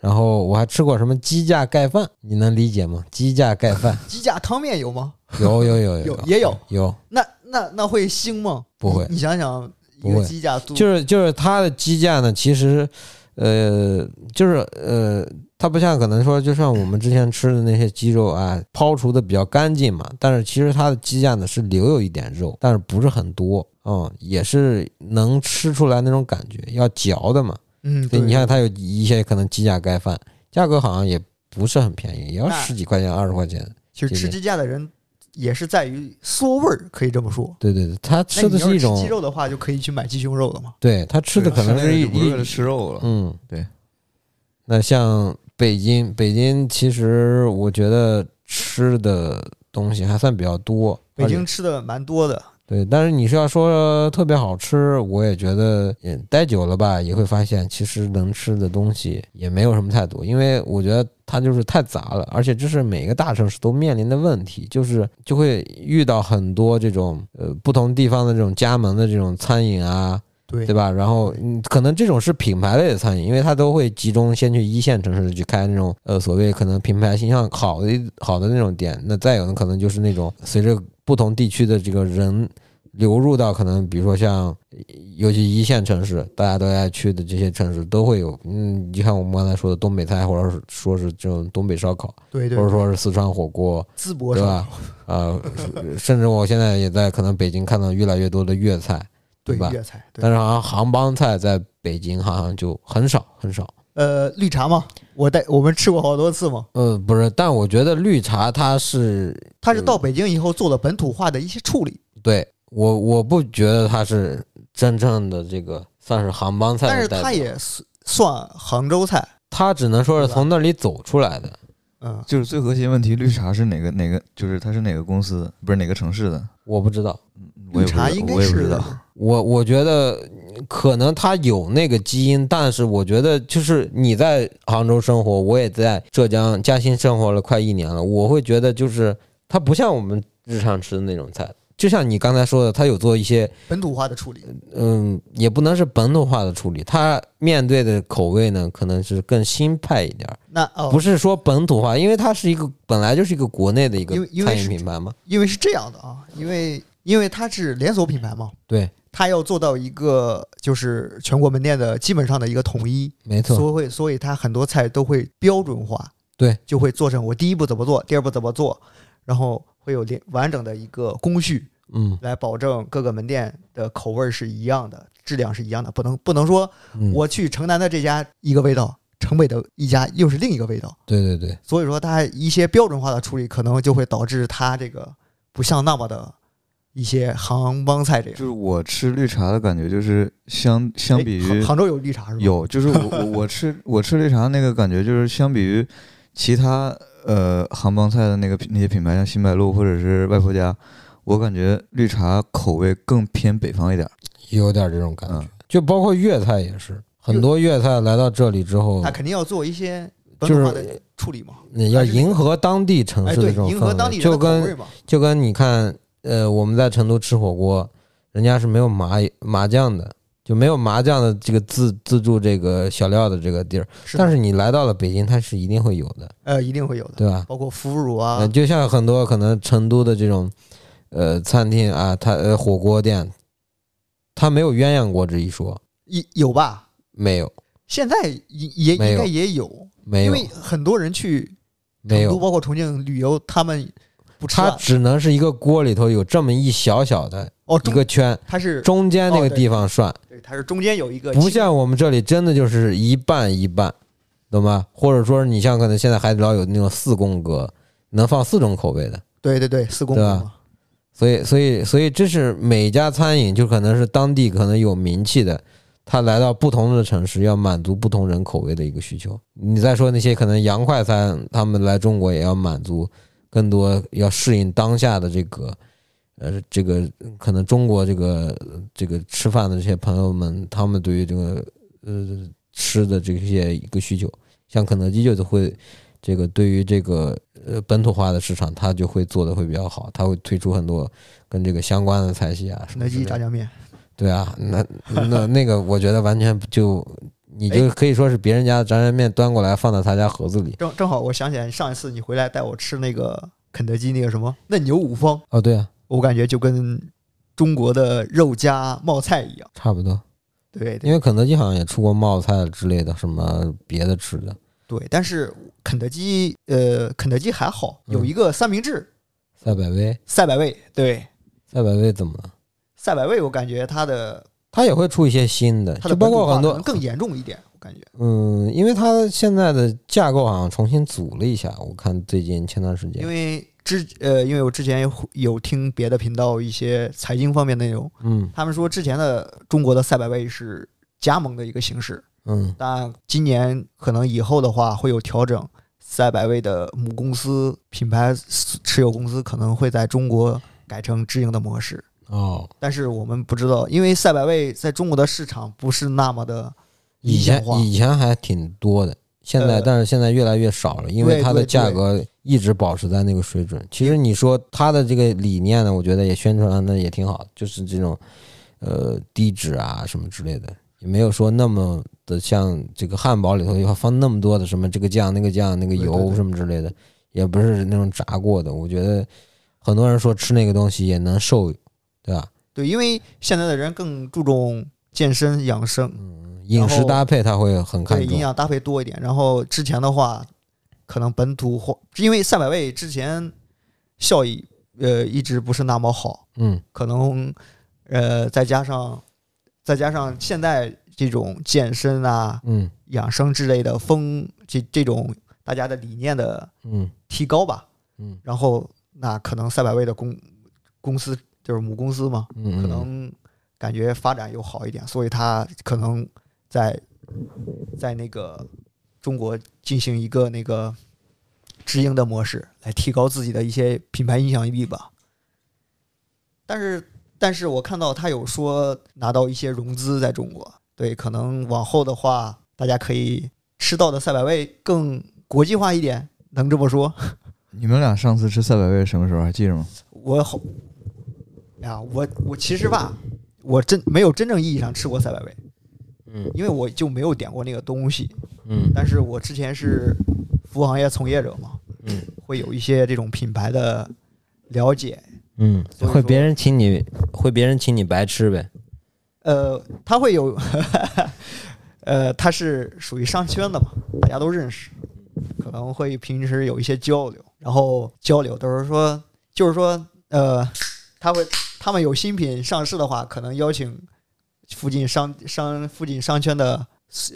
然后我还吃过什么鸡架盖饭，你能理解吗？鸡架盖饭鸡架汤面有吗？有有有有有也有有，那那那会腥吗？不会你你想想，一不个会鸡架都就是就是它的鸡架呢，其实，呃，就是呃，它不像可能说，就像我们之前吃的那些鸡肉啊，抛除的比较干净嘛。但是其实它的鸡架呢是留有一点肉，但是不是很多，嗯，也是能吃出来那种感觉，要嚼的嘛。嗯，所对以你看，它有一些可能鸡架盖饭，价格好像也不是很便宜，也要那十几块钱、二十块钱。其实吃鸡架的人也是在于缩味儿，可以这么说。对对对，它那吃的你要是一吃种鸡，肉的话，就可以去买鸡胸肉了嘛。对它吃的可能是一就不是一为了吃肉了。嗯，对。那像北京，北京其实我觉得吃的东西还算比较多。北而京且吃的蛮多的，对，但是你是要说特别好吃，我也觉得也待久了吧，也会发现其实能吃的东西也没有什么太多，因为我觉得它就是太杂了，而且这是每个大城市都面临的问题，就是就会遇到很多这种呃不同地方的这种加盟的这种餐饮啊，对对吧？然后嗯，可能这种是品牌类的餐饮，因为它都会集中先去一线城市去开那种呃所谓可能品牌形象好的好的那种店。那再有呢，可能就是那种随着不同地区的这个人流入到可能比如说像呃尤其一线城市，大家都爱去的这些城市都会有。嗯，你看我们刚才说的东北菜，或者是说是这种东北烧烤，对对或者说是四川火锅，淄博对烧吧烤，呃，甚至我现在也在可能北京看到越来越多的粤菜。对吧粤菜，对但是好像杭帮菜在北京好像就很少很少。呃，绿茶嘛，我带我们吃过好多次嘛。呃，不是，但我觉得绿茶它是它是到北京以后做了本土化的一些处理，对我我不觉得它是真正的这个算是杭帮菜但的是代表，它也算算杭州菜，它只能说是从那里走出来的。嗯，就是最核心问题，绿茶是哪个哪个？就是它是哪个公司，不是哪个城市的？嗯我不知道，我也不绿知道茶应该我也不是知道。我我觉得可能它有那个基因，但是我觉得就是你在杭州生活，我也在浙江嘉兴生活了快一年了，我会觉得就是它不像我们日常吃的那种菜，就像你刚才说的，它有做一些。 本土化的处理，嗯，也不能是本土化的处理，他面对的口味呢，可能是更新派一点儿，那哦，不是，是说本土化，因为它是一个本来就是一个国内的一个因为因为餐饮是品牌嘛。因为是这样的啊，因为因为它是连锁品牌嘛，对，它要做到一个就是全国门店的基本上的一个统一，没错，所以所以它很多菜都会标准化，对，就会做成我第一步怎么做，第二步怎么做，然后会有连完整的一个工序嗯来保证各个门店的口味儿是一样的，质量是一样的，不能不能说嗯，我去城南的这家一个味道，城北的一家又是另一个味道，对对对，所以说它一些标准化的处理可能就会导致它这个不像那么的一些杭帮菜就这样。是我吃绿茶的感觉，就是相相比于哎杭杭州有绿茶是吧？有，就是我我我吃我吃绿茶那个感觉，就是相比于其他呃杭帮菜的那个品那些品牌，像新白鹿或者是外婆家，我感觉绿茶口味更偏北方一点儿。有点这种感觉嗯，就包括粤菜也是，很多粤菜来到这里之后它，肯定要做一些本就土化的是处理嘛。你要迎合当地城哎，市的对这，种迎合氛当围，地人就的口味跟嘛。就跟你看，呃，我们在成都吃火锅，人家是没有麻麻酱的。就没有麻酱的这个自自助这个小料的这个地儿，是的但是你来到了北京，它是一定会有的，呃，一定会有的，对吧？包括腐乳啊呃，，就像很多可能成都的这种呃餐厅啊，它呃火锅店，它没有鸳鸯锅这一说，一有吧？没有，现在也也没有应该也有，没因有，为很多人去没成都，有，包括重庆旅游，他们不吃啊它辣只能是一个锅里头有这么一小小的哦，一中个圈，它是中间那哦个对地方涮，对，它是中间有一个不清像我们这里真的就是一半一半，懂吗？或者说你像可能现在海底捞有那种四宫格，能放四种口味的。对对对四公对分吧嘛，所以，所以，所以，这是每家餐饮就可能是当地可能有名气的，他来到不同的城市，要满足不同人口味的一个需求。你再说那些可能洋快餐，他们来中国也要满足更多，要适应当下的这个，呃，这个可能中国这个这个吃饭的这些朋友们，他们对于这个呃吃的这些一个需求，像肯德基就是会这个对于这个呃本土化的市场，它就会做的会比较好，它会推出很多跟这个相关的菜系啊，什肯么德之基类的炸酱面，对啊，那那那个我觉得完全就你就可以说是别人家的炸酱面端过来放到他家盒子里。正正好我想起来上一次你回来带我吃那个肯德基那个什么嫩牛五方，哦，对啊，我感觉就跟中国的肉夹冒菜一样，差不多，对对因为肯德基好像也出过冒菜之类的什么别的吃的对，但是肯德基呃肯德基还好，有嗯一个三明治。赛百味，赛百味，对，赛百味怎么了？赛百味，我感觉它的他也会出一些新的，它就的包括本很土化多可能更严重一点，我感觉嗯，因为它现在的架构好像重新组了一下，我看最近前段时间，因为之呃，因为我之前有有听别的频道一些财经方面内容，嗯他们说之前的中国的赛百味是加盟的一个形式，嗯但今年可能以后的话会有调整。赛百味的母公司品牌持有公司可能会在中国改成直营的模式，哦，但是我们不知道，因为赛百味在中国的市场不是那么的以理前想化。以前还挺多的，现在、呃但是现在越来越少了，因为对它的对价格一直保持在那个水准。其实你说它的这个理念呢，我觉得也宣传的也挺好，就是这种呃低脂啊什么之类的，也没有说那么的像这个汉堡里头要放那么多的什么这个酱那个酱那个对对油对什么之类的，也不是那种炸过的。我觉得很多人说吃那个东西也能瘦，对吧？对，因为现在的人更注重健身养生，饮食后搭配它会很看对营重，养搭配多一点。然后之前的话，可能本土化，因为赛百味之前效益呃一直不是那么好，嗯，可能呃再加上再加上现在这种健身啊、嗯养生之类的风这这种大家的理念的嗯提高吧，嗯然后那可能赛百味的公公司就是母公司嘛，嗯，嗯可能感觉发展又好一点，所以他可能在在那个中国进行一个那个直营的模式，来提高自己的一些品牌影响力吧。但是，但是我看到他有说拿到一些融资在中国，对，可能往后的话，大家可以吃到的赛百味更国际化一点，能这么说？你们俩上次吃赛百味什么时候还记着吗？我好哎呀，我我其实吧，我真没有真正意义上吃过赛百味，嗯因为我就没有点过那个东西。嗯但是我之前是服务行业从业者嘛，嗯，会有一些这种品牌的了解。嗯，所以会说别人请你，会别人请你白吃呗。呃，它会有， 呃，它是属于商圈的嘛，大家都认识，可能会平时有一些交流，然后交流都是说，就是说，呃，他会他们有新品上市的话，可能邀请附近商商附近商圈的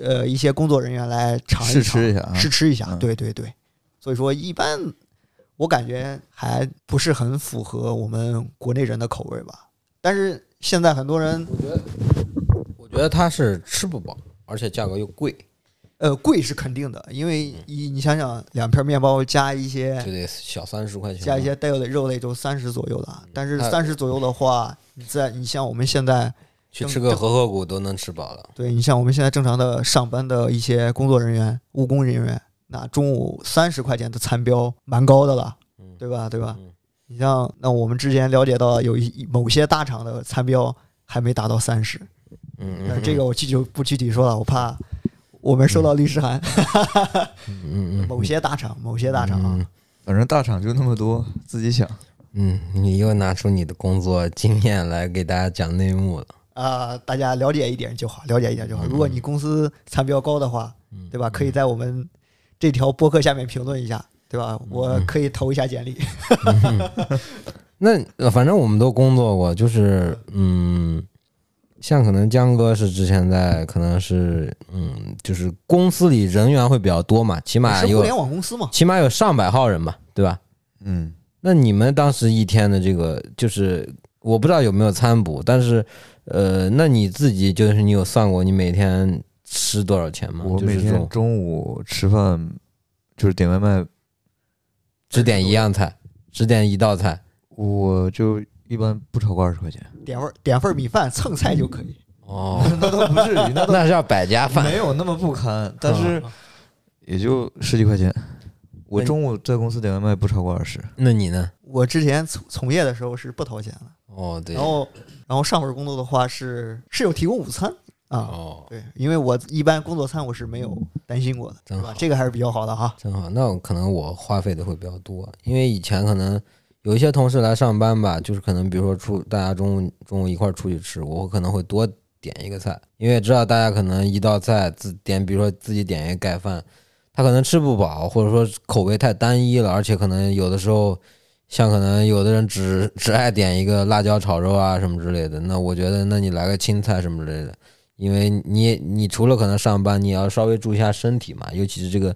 呃一些工作人员来尝一试尝，吃一下啊试吃一下，嗯对对对，所以说一般我感觉还不是很符合我们国内人的口味吧，但是现在很多人。我觉得它是吃不饱，而且价格又贵，呃，贵是肯定的，因为你你想想，两片面包加一嗯就些得小三十块钱吧。加一些带有的肉类就三十左右了，但是它三十左右的话，你在你像我们现在，去吃个和合谷都能吃饱了。对你像我们现在正常的上班的一些工作人员、务工人员，那中午三十块钱的餐标蛮高的了，嗯，对吧？对吧嗯？你像那我们之前了解到有一某些大厂的餐标还没达到三十，嗯嗯，但这个我具体不具体说了，我怕我们收到律师函。嗯嗯嗯某些大厂，某些大厂啊。嗯反正大厂就那么多，自己想。嗯，你又拿出你的工作经验来给大家讲内幕了。啊，大家了解一点就好，了解一点就嗯好。如果你公司餐标高的话，对吧？可以在我们这条播客下面评论一下，对嗯吧？我可以投一下简历。那呃反正我们都工作过，就是嗯，像可能江哥是之前在，可能是嗯，就是公司里人员会比较多嘛，起码是互有联网公司嘛？起码有上百号人嘛，对吧？嗯，那你们当时一天的这个，就是我不知道有没有餐补，但是呃，那你自己就是你有算过你每天吃多少钱吗？嗯我就每是这天种中午吃饭就是点外卖，只点一样菜，只点一道菜。我就一般不超过二十块钱。点份点份米饭蹭菜就可以。哦，那都不至于，那 那是要百家饭 没。有那么不堪，但是嗯也就十几块钱。哎我中午在公司点外卖不超过二十，那你呢？我之前从从业的时候是不掏钱的，哦，对然，后然后上份工作的话是是有提供午餐啊。哦，对，因为我一般工作餐我是没有担心过的，真对吧好？这个还是比较好的哈。真好。那我可能我花费的会比较多，因为以前可能有一些同事来上班吧，就是可能比如说出大家中午中午一块儿出去吃，我可能会多点一个菜，因为知道大家可能一道菜自点，比如说自己点一个盖饭，他可能吃不饱，或者说口味太单一了，而且可能有的时候。像可能有的人只只爱点一个辣椒炒肉啊什么之类的，那我觉得那你来个青菜什么之类的，因为你也你除了可能上班，你也要稍微注意一下身体嘛，尤其是这个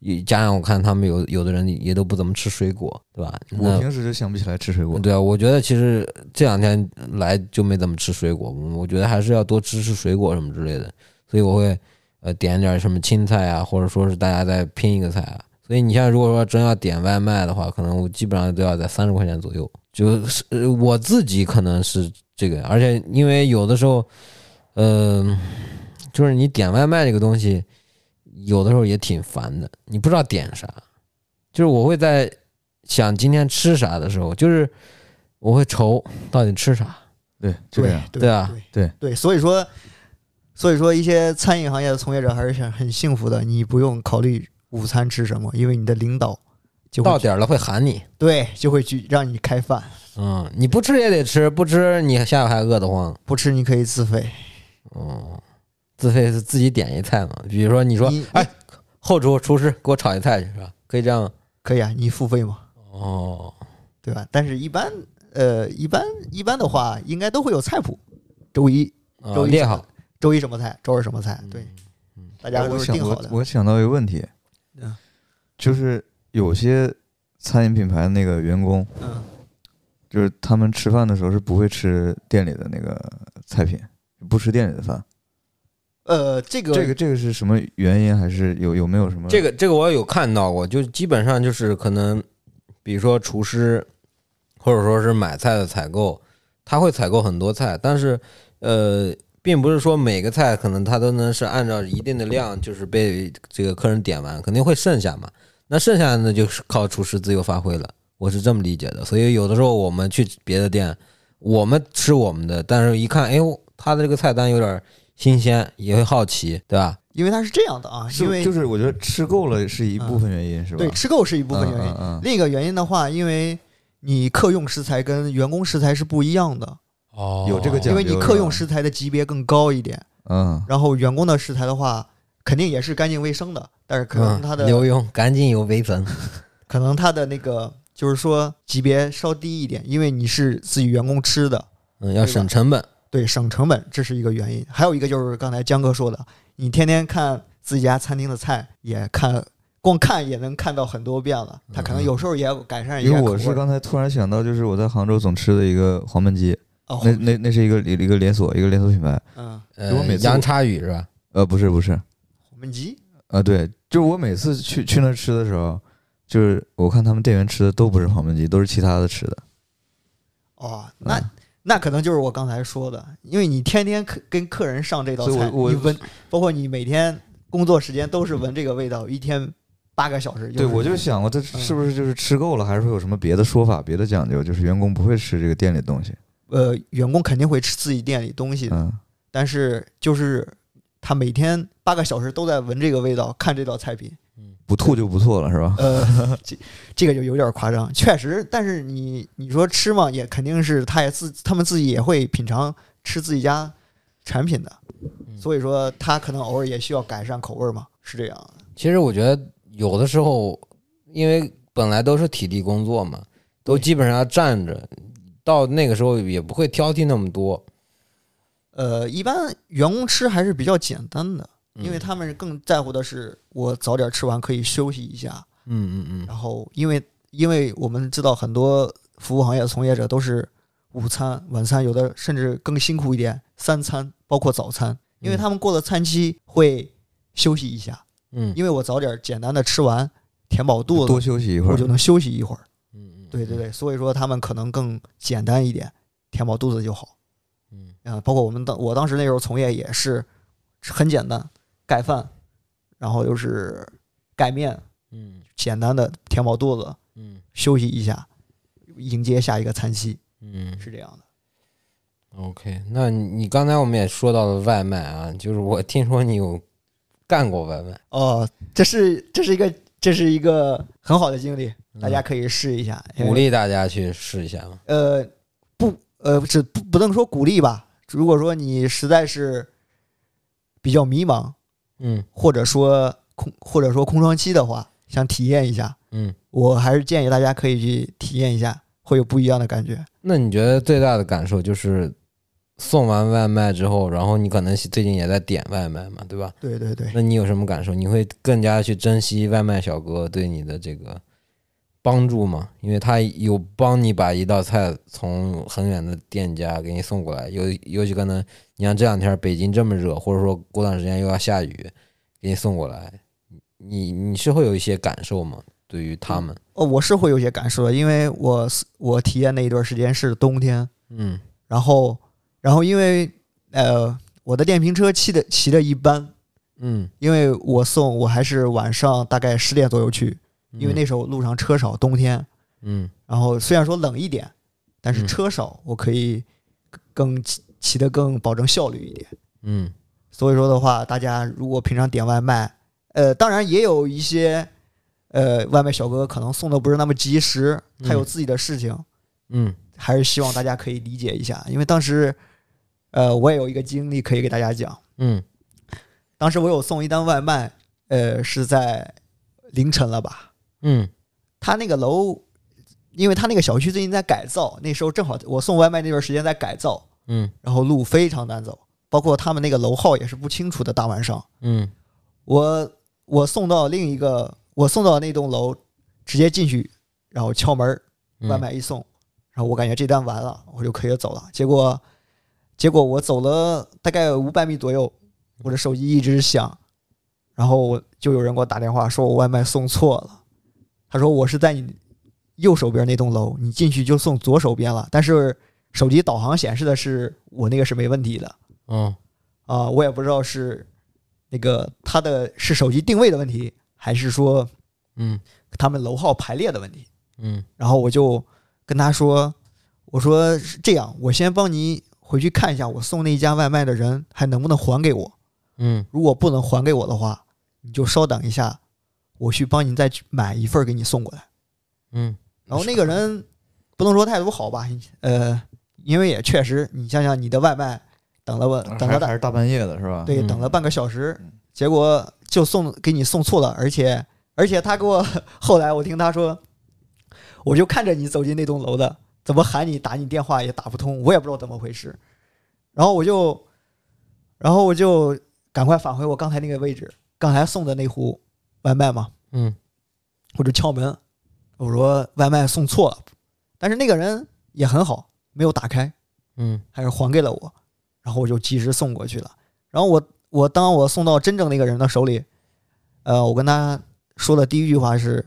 也加上我看他们有有的人也都不怎么吃水果，对吧？我那平时就想不起来吃水果。对啊，我觉得其实这两天来就没怎么吃水果，我觉得还是要多吃吃水果什么之类的，所以我会呃点点什么青菜啊，或者说是大家再拼一个菜啊。所以你像如果说真要点外卖的话，可能我基本上都要在三十块钱左右，就是、呃我自己可能是这个，而且因为有的时候，嗯、就是你点外卖这个东西，有的时候也挺烦的，你不知道点啥，就是我会在想今天吃啥的时候，就是我会愁到底吃啥。对，就这样。对对啊对对，所以说，所以说一些餐饮行业的从业者还是很很幸福的，你不用考虑午餐吃什么，因为你的领导就到会点儿了会喊你，对就会去让你开饭，嗯，你不吃也得吃，不吃你下午还饿得慌。不吃你可以自费。嗯，自费是自己点一菜嘛，比如说你说你哎后厨厨师给我炒一菜去是吧？可以这样吗？可以啊，你付费嘛，哦，对吧？但是一般呃一般一般的话，应该都会有菜谱，周一啊周一列什么好，周一什么菜，周二什么菜，对，大嗯家哎我都是想定好我的。我想到一个问题嗯，就是有些餐饮品牌那个员工，嗯，就是他们吃饭的时候是不会吃店里的那个菜品，不吃店里的饭。呃，这个这个这个是什么原因？还是有有没有什么这个这个我有看到过，就基本上就是可能，比如说厨师，或者说是买菜的采购，他会采购很多菜，但是呃，并不是说每个菜可能他都能是按照一定的量，就是被这个客人点完，肯定会剩下嘛。那剩下的呢就是靠厨师自由发挥了，我是这么理解的。所以有的时候我们去别的店，我们吃我们的，但是一看，哎呦，他的这个菜单有点新鲜，也会好奇，对吧？因为它是这样的啊，是因为嗯就是我觉得吃够了是一部分原因，是吧？对吃够是一部分原因，嗯嗯嗯另一个原因的话，因为你客用食材跟员工食材是不一样的，哦有这个因讲为究你是客吧用食材的级别更高一点，嗯，然后员工的食材的话，肯定也是干净卫生的，但是可能它嗯的、嗯留用赶紧有嗯微整，可能它的那个就是说级别稍低一点，因为你是自己员工吃的，嗯，要省成本，对，省成本这是一个原因，还有一个就是刚才江哥说的，你天天看自己家餐厅的菜，也看光看也能看到很多遍了，他可能有时候也要改善嗯一因下为口味我儿。是刚才突然想到，就是我在杭州总吃的一个黄焖鸡，哦，那那那是一个一个连锁一个连锁品牌，嗯，呃如果每，次我杨叉鱼是吧？呃，不是不是，红焖鸡啊，对，就是我每次去去那儿吃的时候，就是我看他们店员吃的都不是黄焖鸡，都是其他的吃的。哦，嗯那、那可能就是我刚才说的，因为你天天客跟客人上这道所以菜，我我你闻，包括你每天工作时间都是闻这个味道，一天八个小时。对，我就想过，这嗯是不是就是吃够了，还是会有什么别的说法、别的讲究？就是员工不会吃这个店里的东西。呃，员工肯定会吃自己店里东西的，嗯，但是就是他每天八个小时都在闻这个味道，看这道菜品，不吐就不错了，是吧？呃，这这个就有点夸张，确实。但是你你说吃嘛，也肯定是他也自他们自己也会品尝吃自己家产品的，嗯所以说他可能偶尔也需要改善口味嘛，是这样的。其实我觉得有的时候，因为本来都是体力工作嘛，都基本上要站着，到那个时候也不会挑剔那么多，呃，一般员工吃还是比较简单的，因为嗯他们更在乎的是我早点吃完可以休息一下，嗯嗯嗯，然后因为因为我们知道很多服务行业从业者都是午餐、晚餐，有的甚至更辛苦一点，三餐包括早餐，因为嗯他们过了餐期会休息一下，嗯因为我早点简单的吃完，填饱 肚多子，休息一会我儿就。能休息一会儿。嗯，对对对，所以说他们可能更简单一点，填饱肚子就好。嗯啊，包括我们当我当时那时候从业也是很简单，盖饭，然后就是盖面，嗯简单的填饱肚子，嗯休息一下，迎接下一个餐期，嗯是这样的。 ，OK，那你你刚才我们也说到了外卖啊，就是我听说你有干过外卖，哦，这是这是一个这是一个很好的经历，大家可以试一下。因为嗯鼓励大家去试一下嘛。呃不呃是不不能说鼓励吧，如果说你实在是比较迷茫，嗯或者说空或者说空窗期的话，想体验一下，嗯，我还是建议大家可以去体验一下，会有不一样的感觉。那你觉得最大的感受就是送完外卖之后，然后你可能最近也在点外卖嘛，对吧？对对对，那你有什么感受？你会更加去珍惜外卖小哥对你的这个帮助吗？因为他有帮你把一道菜从很远的店家给你送过来，尤尤其可能你像这两天北京这么热，或者说过段时间又要下雨，给你送过来，你你是会有一些感受吗？对于他们，哦，我是会有些感受的，因为我是我体验那一段时间是冬天，嗯然后然后因为呃我的电瓶车骑的骑的一般，嗯，因为我送我还是晚上大概十点左右去，因为那时候路上车少，冬天，嗯然后虽然说冷一点，但是嗯车少，我可以更骑骑得更保证效率一点。嗯所以说的话，大家如果平常点外卖，呃，当然也有一些呃外卖小哥可能送的不是那么及时，他有嗯自己的事情，嗯还是希望大家可以理解一下。因为当时，呃，我也有一个经历可以给大家讲。嗯当时我有送一单外卖，呃，是在凌晨了吧？嗯他那个楼，因为他那个小区最近在改造，那时候正好我送外卖那段时间在改造，嗯然后路非常难走，包括他们那个楼号也是不清楚的。大晚上，嗯我我送到另一个，我送到那栋楼，直接进去，然后敲门儿，嗯，外卖一送，然后我感觉这单完了，我就可以走了。结果，结果我走了大概五百米左右，我的手机一直响，然后我就有人给我打电话说我外卖送错了，他说我是在你右手边那栋楼，你进去就送左手边了，但是手机导航显示的是我那个是没问题的嗯啊、我也不知道是那个他的是手机定位的问题，还是说嗯他们楼号排列的问题。嗯然后我就跟他说：“我说是这样，我先帮你回去看一下，我送那一家外卖的人还能不能还给我。嗯如果不能还给我的话，你就稍等一下，我去帮你再去买一份儿给你送过来。”嗯，然后那个人不能说态度好吧，呃，因为也确实，你想想你的外卖等了我等了还还大是大半夜的是吧？对嗯等了半个小时，结果就送给你送错了，而且而且他给我后来我听他说，我就看着你走进那栋楼的，怎么喊你打你电话也打不通，我也不知道怎么回事，然后我就然后我就赶快返回我刚才那个位置，刚才送的那壶外卖嘛，嗯我就敲门，我说外卖送错了，但是那个人也很好，没有打开，嗯还是还给了我，然后我就及时送过去了。然后我我当我送到真正那个人的手里，呃，我跟他说的第一句话是，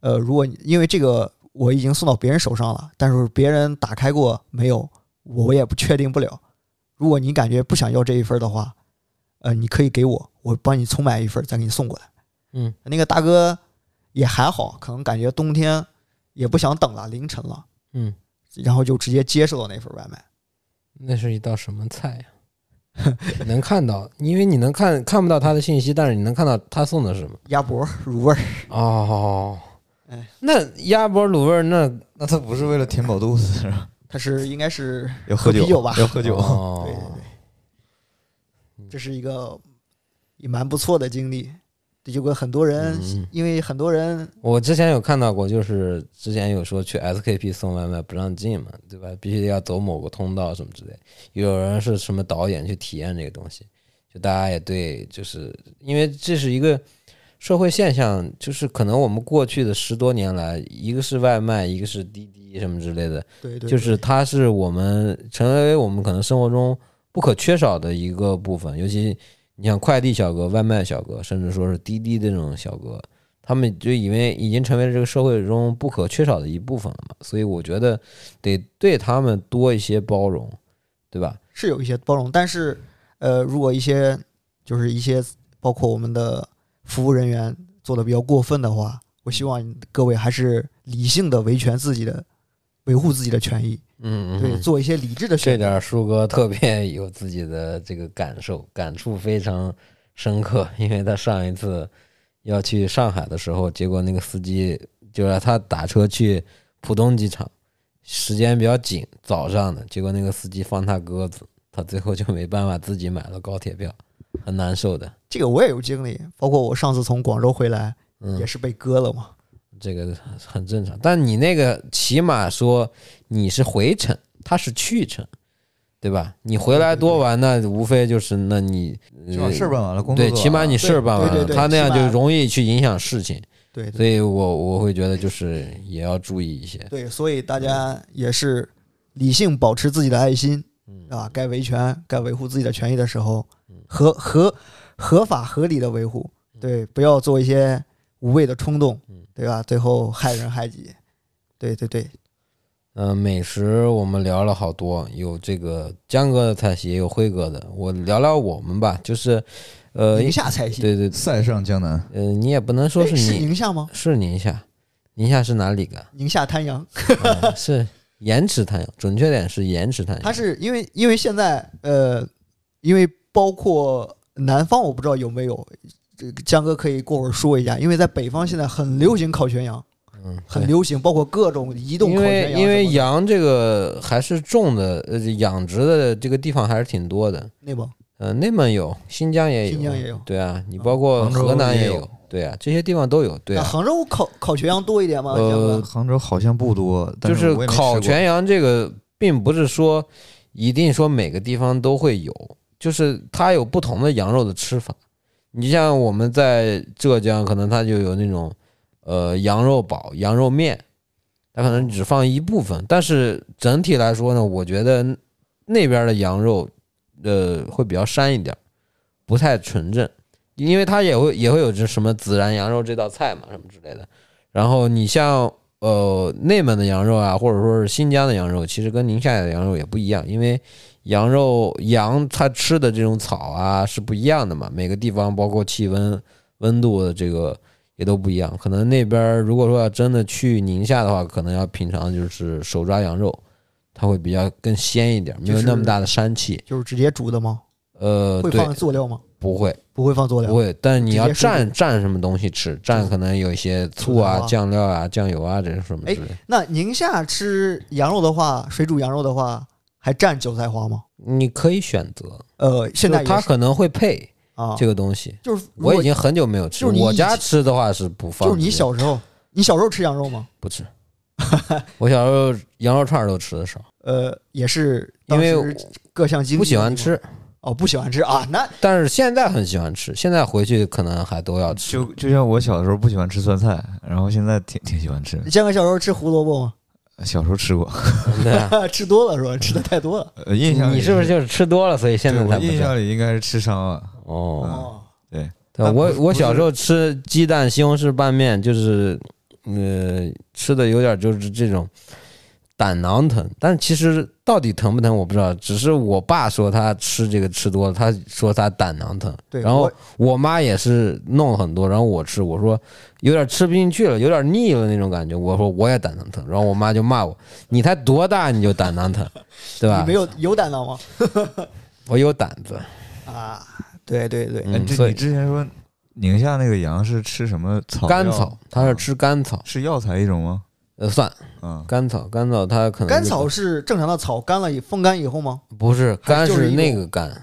呃，如果你因为这个我已经送到别人手上了，但是别人打开过没有，我也不确定不了。如果你感觉不想要这一份的话，呃，你可以给我，我帮你重买一份再给你送过来。嗯那个大哥也还好，可能感觉冬天也不想等了，凌晨了，嗯，然后就直接接受了那份外卖。那是一道什么菜呀、 能看到，因为你能看看不到他的信息，但是你能看到他送的是什么。鸭脖乳味儿，哦哎，那鸭脖卤味儿那那他不是为了填饱肚子是吧？它嗯是应该是要喝啤酒，酒吧要喝酒。哦 对对对，这是一个也蛮不错的经历。这就跟很多人嗯，因为很多人我之前有看到过，就是之前有说去 SKP 送外卖不让进嘛，对吧？必须得要走某个通道什么之类。有人是什么导演去体验这个东西，就大家也对，就是因为这是一个社会现象，就是可能我们过去的十多年来，一个是外卖，一个是滴滴什么之类的，对对，就是它是我们成为我们可能生活中不可缺少的一个部分，尤其你像快递小哥、外卖小哥，甚至说是滴滴的这种小哥，他们就因为已经成为这个社会中不可缺少的一部分了嘛，所以我觉得得对他们多一些包容，对吧？是有一些包容，但是呃，如果一些就是一些包括我们的服务人员做的比较过分的话，我希望各位还是理性的维权自己的，维护自己的权益，嗯对，做一些理智的这选择。点树哥特别 有自己的这个感受，感触非常深刻，因为他上一次要去上海的时候，结果那个司机就让他打车去浦东机场，时间比较紧，早上的，结果那个司机放他鸽子，他最后就没办法自己买了高铁票，很难受的。这个我也有经历，包括我上次从广州回来嗯也，是被割了嘛。这个很正常。但你那个起码说你是回程，他是去程，对吧？你回来多玩呢，无非就是那你呃起码事儿办完了，工作对，做起码完了你事儿办完对了，对对他那样起就码容易去影响事情，对对所以我我会觉得就是也要注意一些。对，所以大家也是理性保持自己的爱心，嗯啊，该维权、该维护自己的权益的时候，合合合法合理的维护，嗯对，不要做一些无谓的冲动，对吧？最后害人害己。对对对，嗯、美食我们聊了好多，有这个江哥的菜系，也有辉哥的。我聊聊我们吧，就是，呃，宁夏菜系，对对，塞上江南，呃，你也不能说哎是是宁宁夏吗？是宁夏，宁夏是哪里的？宁夏滩阳， 嗯是盐池滩阳，准确点是盐池滩阳。它是因为因为现在呃，因为包括南方，我不知道有没有。这个江哥可以过会儿说一下，因为在北方现在很流行烤全羊，嗯很对流行，包括各种移动因烤为全羊因为什么的羊这个还是种的，呃，养殖的这个地方还是挺多的。内蒙呃，内蒙有，新疆也有，新疆也有对啊，你嗯包括杭州河南也有，有对啊，这些地方都有，对 那啊。杭州烤烤全羊多一点吗？呃江哥杭州好像不多，但就是是我也没吃烤过全羊这个，并不是说一定说每个地方都会有，就是它有不同的羊肉的吃法。你像我们在浙江，可能它就有那种呃羊肉煲、羊肉面，它可能只放一部分，但是整体来说呢，我觉得那边的羊肉呃会比较膻一点，不太纯正，因为它也会也会有这什么孜然羊肉这道菜嘛，什么之类的。然后你像呃内蒙的羊肉啊，或者说是新疆的羊肉，其实跟宁夏的羊肉也不一样，因为羊肉羊它吃的这种草啊是不一样的嘛，每个地方包括气温、温度的这个也都不一样。可能那边儿如果说要真的去宁夏的话，可能要品尝就是手抓羊肉，它会比较更鲜一点，没有就是那么大的膻气。就是直接煮的吗？呃，会对，放佐料吗？不会，不会放佐料不。会，但你直要接水蘸蘸什么东西吃，蘸可能有一些醋醋啊的、话酱料啊、酱油啊，这是什么之哎类的。那宁夏吃羊肉的话，水煮羊肉的话，还蘸韭菜花吗？你可以选择，呃，现在就也它是可能会配啊，这个东西。就是如我果已经很久没有吃，就是你我以家前吃的话是不放就这个。是你小时候，你小时候吃羊肉吗？ 不吃，我小时候羊肉串儿都吃的少，呃，也是因为当时各项经济不喜原欢因吗吃。哦，不喜欢吃啊，那但是现在很喜欢吃，现在回去可能还都要吃。 就就像我小时候不喜欢吃酸菜，然后现在挺挺喜欢吃。建哥小时候吃胡萝卜吗？嗯小时候吃过，对啊， 吃多了是吧？吃的太多了。呃印象里你是不是就是吃多了，所以现在对才我不印吃？象里应该是吃伤了。哦，哦，对我但不是我不是小时候吃鸡蛋西红柿拌面，就是呃吃的有点就是这种胆囊疼，但其实到底疼不疼我不知道，只是我爸说他吃这个吃多了，他说他胆囊疼，对，然后我我妈也是弄了很多，然后我吃，我说有点吃不进去了，有点腻了那种感觉。我说我也胆囊疼，然后我妈就骂我：“你才多大你就胆囊疼，对啊吧你没有有胆囊吗？？”我有胆子，啊，对对对，哎嗯，这所你以之前说宁夏那个羊是吃什么草料？甘草，它是吃甘草，是药材一种吗？呃，算啊，甘草，甘草它可能甘草是正常的草，干了以风干以后吗？不是还甘是就是是一那个甘，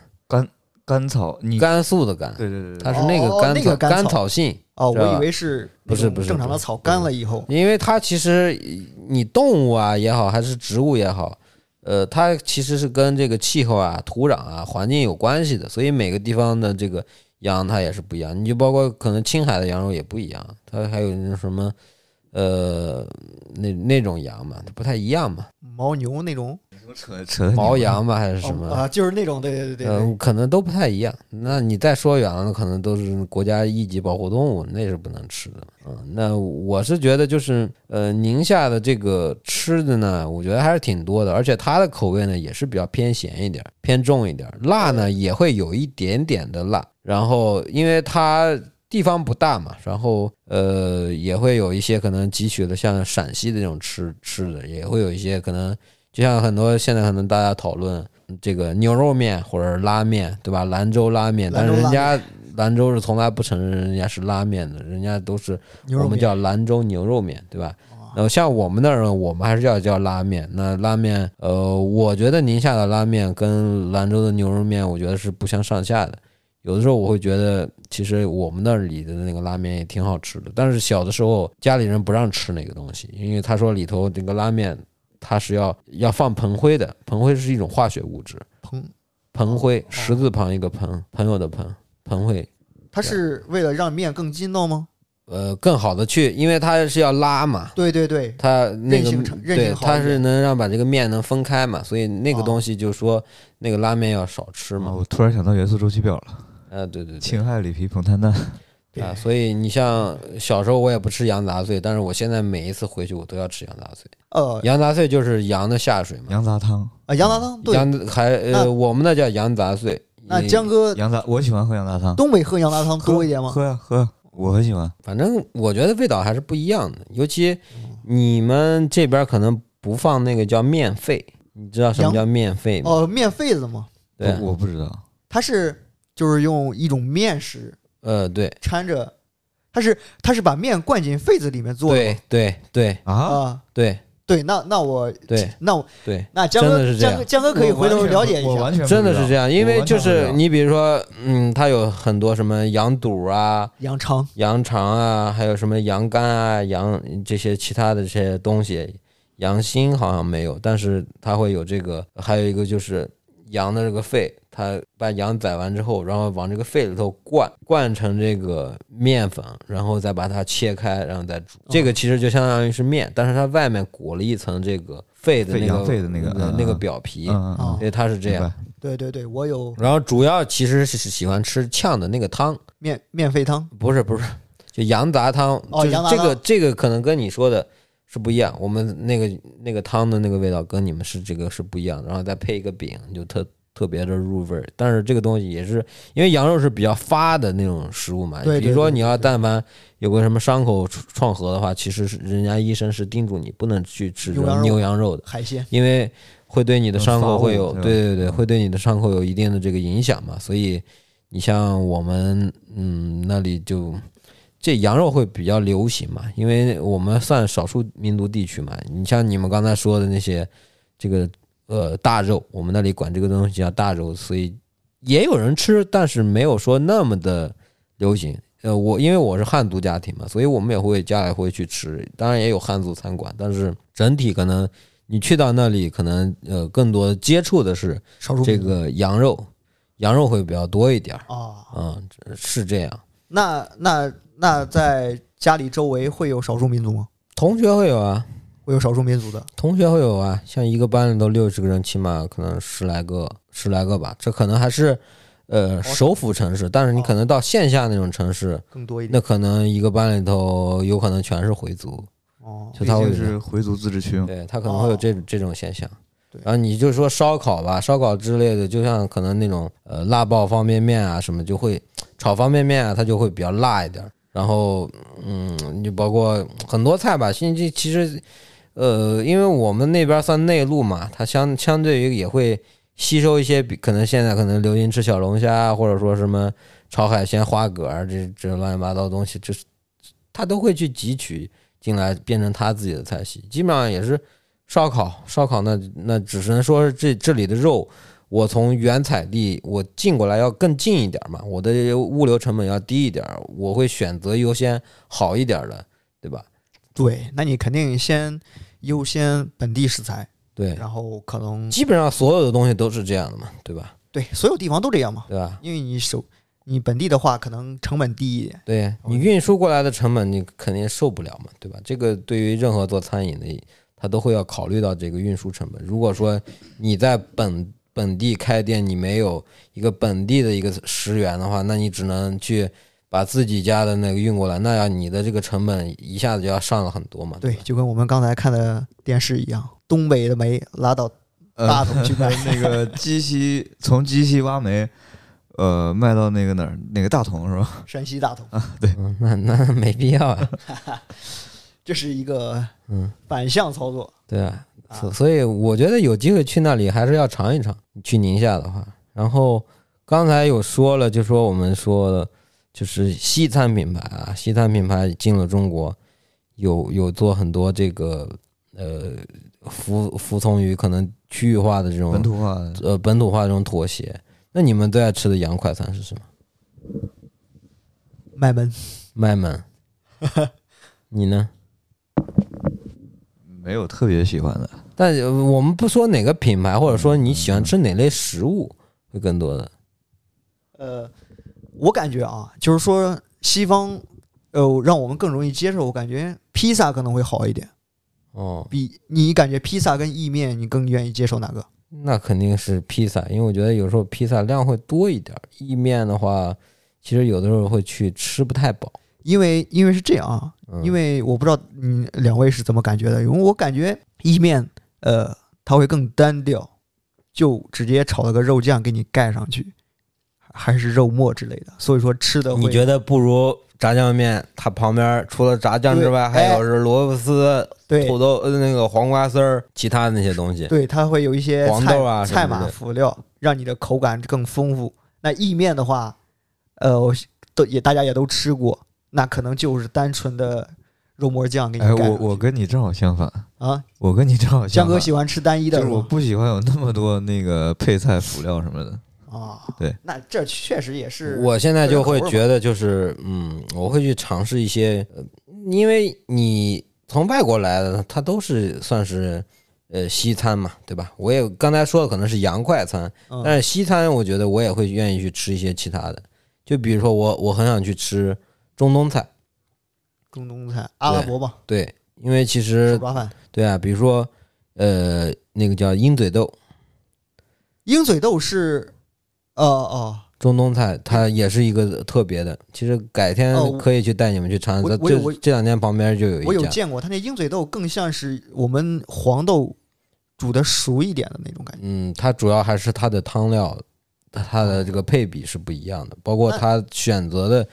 甘草，你甘肃的甘，对对对对，它是那哦个甘那个甘草甘草性，哦，是吧我以为是不是那种不是正常的草干了以后，因为它其实你动物啊也好，还是植物也好，呃，它其实是跟这个气候啊、土壤啊、环境有关系的，所以每个地方的这个羊它也是不一样。你就包括可能青海的羊肉也不一样，它还有那什么呃那那种羊嘛，它不太一样嘛，牦牛那种扯扯得牦你羊嘛还是什哦么？啊，就是那种，对对对对对，呃，可能都不太一样。那你再说远了，可能都是国家一级保护动物，那是不能吃的。嗯，那我是觉得就是呃，宁夏的这个吃的呢，我觉得还是挺多的，而且它的口味呢也是比较偏咸一点儿，偏重一点儿，辣呢也会有一点点的辣。然后因为它。地方不大嘛，然后呃也会有一些可能汲取了像陕西的这种吃吃的，也会有一些可能就像很多现在可能大家讨论这个牛肉面或者拉面，对吧？兰州拉面，但兰州是人拉面家兰州是从来不承认人家是拉面的，人家都是牛我肉们面。叫兰州牛肉面，对吧？然后像我们那儿呢，我们还是要叫拉面。那拉面，呃，我觉得宁夏的拉面跟兰州的牛肉面，我觉得是不相上下的。有的时候我会觉得，其实我们那里的那个拉面也挺好吃的，但是小的时候家里人不让吃那个东西，因为他说里头这个拉面它是要要放硼灰的，硼灰是一种化学物质，烹，硼灰哦石字旁一个硼，朋友的硼，硼灰它是为了让面更筋道吗？呃，更好的去，因为它是要拉嘛，对对对，它那韧个性成韧对，性好它一是点能让把这个面能分开嘛，所以那个哦东西就说那个拉面要少吃妈嘛。哦我突然想到元素周期表了，啊，对对对。秦汉、里皮、彭坦蛋。啊，所以你像小时候我也不吃羊杂碎，但是我现在每一次回去我都要吃羊杂碎。呃羊杂碎就是羊的下水嘛，羊杂汤，啊，羊杂汤对，羊还呃那我们那叫羊杂碎。那你江哥羊杂，我喜欢喝羊杂汤，东北喝羊杂汤多一点吗？喝呀喝呀，我很喜欢。反正我觉得味道还是不一样的，尤其你们这边可能不放那个叫面肺，你知道什么羊叫面肺吗？哦，面肺子嘛，对啊我，我不知道，它是就是用一种面食呃，对，掺着，它是它是把面灌进肺子里面做的对吗对对啊，啊。对对，那那我对那我 对，那江真的哥是这样江哥江哥可以回头了解一我下完全不知道真的是这样，因为就我是完全不知道你比如说，嗯，它有很多什么羊肚啊、羊肠羊肠啊，还有什么羊肝啊、羊这些其他的这些东西，羊心好像没有，但是它会有这个，还有一个就是羊的这个肺，它把羊宰完之后，然后往这个肺里头灌，灌成这个面粉，然后再把它切开，然后再哦煮。这个其实就相当于是面，但是它外面裹了一层这个肺的肺那羊个肺的那个嗯那个嗯表皮，嗯嗯嗯，啊所，以它是这明样白。。对对对，我有然后主要其实是喜欢吃呛的那个汤，面面肺汤，不是不是，就羊杂汤，哦就是羊杂这个汤这个可能跟你说的是不一样，我们那个那个汤的那个味道跟你们是这个是不一样的，然后再配一个饼就特特别的入味儿。但是这个东西也是因为羊肉是比较发的那种食物嘛，对对比如说对你要但凡有个什么伤口创创合的话，其实是人家医生是叮嘱你不能去吃这牛羊种肉牛羊肉的。海鲜因为会对你的伤口会有，嗯对发对物对，嗯会对你的伤口有一定的这个影响嘛。所以你像我们，嗯，那里就这羊肉会比较流行嘛，因为我们算少数民族地区嘛。你像你们刚才说的那些，这个呃大肉，我们那里管这个东西叫大肉，所以也有人吃，但是没有说那么的流行。呃，我因为我是汉族家庭嘛，所以我们也会家也会去吃，当然也有汉族餐馆，但是整体可能你去到那里，可能呃更多接触的是少数这个羊肉，羊肉会比较多一点儿，啊，嗯，是这样。那那那在家里周围会有少数民族吗？同学会有啊，会有少数民族的同学会有啊，像一个班里头六十个人，起码可能十来个，十来个吧。这可能还是，呃，首府城市，但是你可能到线下那种城市，更多一点那可能一个班里头有可能全是回族，哦，就毕他会竟是回族自治区嘛。对他可能会有这这种现象。对然后你就说烧烤吧，烧烤之类的，就像可能那种呃辣爆方便面啊什么，就会炒方便面啊，它就会比较辣一点儿。然后嗯，你包括很多菜吧，其实其实呃，因为我们那边算内陆嘛，它相相对于也会吸收一些比可能现在可能流行吃小龙虾啊，或者说什么炒海鲜、花蛤儿这这乱七八糟的东西，就是他都会去汲取进来，变成他自己的菜系。基本上也是烧烤，烧烤那那只能说是这这里的肉，我从原产地我进过来要更近一点嘛，我的物流成本要低一点，我会选择优先好一点的，对吧？对，那你肯定先优先本地食材，对，然后可能基本上所有的东西都是这样的嘛，对吧？对所有地方都这样嘛，对吧？因为你首你本地的话，可能成本低一点。对你运输过来的成本，你肯定受不了嘛，对吧？这个对于任何做餐饮的，他都会要考虑到这个运输成本。如果说你在本本地开店，你没有一个本地的一个食源的话，那你只能去把自己家的那个运过来，那样你的这个成本一下子就要上了很多嘛。对，吧就跟我们刚才看的电视一样，东北的煤拉到大同去卖。呃那个鸡西从鸡西挖煤，呃，卖到那个哪儿？那个大同是吧？ 山西大同，嗯那那没必要啊。这是一个嗯反向操作。对啊，啊所所以我觉得有机会去那里还是要尝一尝。去宁夏的话，然后刚才有说了，就说我们说的，就是西餐品牌啊，西餐品牌进了中国，有有做很多这个呃服服从于可能区域化的这种本土化呃本土化这种妥协。那你们最爱吃的洋快餐是什么？卖门麦门， 你呢？没有特别喜欢的。但呃我们不说哪个品牌，或者说你喜欢吃哪类食物会更多的。呃，我感觉啊，就是说西方，呃，让我们更容易接受。我感觉披萨可能会好一点，哦，比你感觉披萨跟意面，你更愿意接受哪个？那肯定是披萨，因为我觉得有时候披萨量会多一点儿，意面的话，其实有的时候会去吃不太饱。因为因为是这样啊，嗯、因为我不知道嗯两位是怎么感觉的，因为我感觉意面，呃，它会更单调，就直接炒了个肉酱给你盖上去，还是肉末之类的，所以说吃的你会觉得不如炸酱面，它旁边除了炸酱之外，对哎还有是萝卜丝、对土豆、呃那个黄瓜丝儿，其他的那些东西。对，它会有一些黄菜豆啊什菜么之码类辅料，让你的口感更丰富。那意面的话，呃，我都也大家也都吃过，那可能就是单纯的肉末酱给你哎，盖上去。我我跟你正好相反，啊，我跟你正好相江啊反。哥喜欢吃单一的就是是我吗？不喜欢有那么多那个配菜辅料什么的。啊，对，那这确实也是我现在就会个人口味觉得，就是嗯，我会去尝试一些，呃因为你从外国来的，它都是算是呃西餐嘛，对吧？我也刚才说的可能是洋快餐，嗯但是西餐我觉得我也会愿意去吃一些其他的，就比如说我我很想去吃中东菜，中东菜阿拉伯吧，对，因为其手实抓饭，对啊，比如说呃那个叫鹰嘴豆，鹰嘴豆是，呃哦，中东菜它也是一个特别的，其实改天哦我可以去带你们去尝。我这我有我这这两天旁边就有一家，我有见过，它那鹰嘴豆更像是我们黄豆煮的熟一点的那种感觉。嗯，它主要还是它的汤料，它的这个配比是不一样的，包括那它选择的，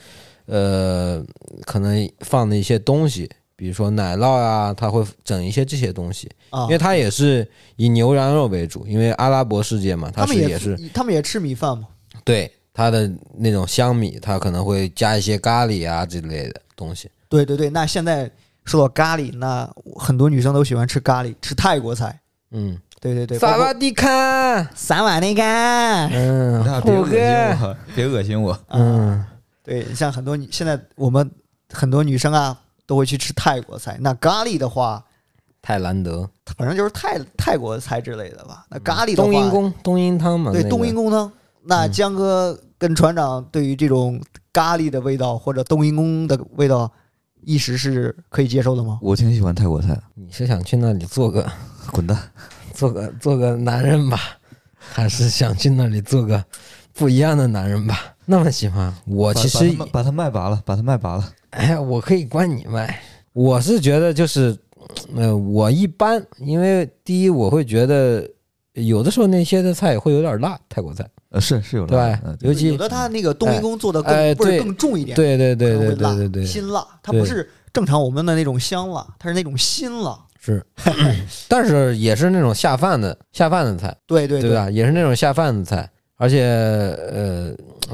呃，可能放的一些东西，比如说奶酪呀、它会整一些这些东西，啊，因为它也是以牛羊肉为主，因为阿拉伯世界嘛，它他是们也是他们也吃米饭嘛。对它的那种香米，它可能会加一些咖喱啊之类的东西。对对对，那现在说到咖喱，那很多女生都喜欢吃咖喱，吃泰国菜。嗯，对对对，萨包括瓦迪 卡，散瓦那个，嗯那，别虎恶哥心，我，别恶心我。嗯，对，像很多女现在我们很多女生啊都会去吃泰国菜，那咖喱的话，泰兰德，它反正就是泰泰国菜之类的吧。那咖喱的话，嗯冬阴功，冬阴汤嘛，对那个嗯冬阴功汤。那江哥跟船长对于这种咖喱的味道或者冬阴功的味道，一时是可以接受的吗？我挺喜欢泰国菜的，你是想去那里做个滚蛋！做个做个男人吧，还是想去那里做个不一样的男人吧？那么喜欢我，把其把实它卖把它卖拔了，把它卖拔了。哎呀，我可以关你麦。我是觉得就是，呃，我一般，因为第一我会觉得有的时候那些的菜会有点辣，泰国菜，呃，是是有对辣吧的，嗯，尤其有的他那个冬阴功做的更哎哎味儿对更重一点，对对对可对能会辣对对对辛辣，它对不是正常我们的那种香辣，它是那种辛辣。是， 但是也是那种下饭的下饭的菜，对对对吧？也是那种下饭的菜，而且呃，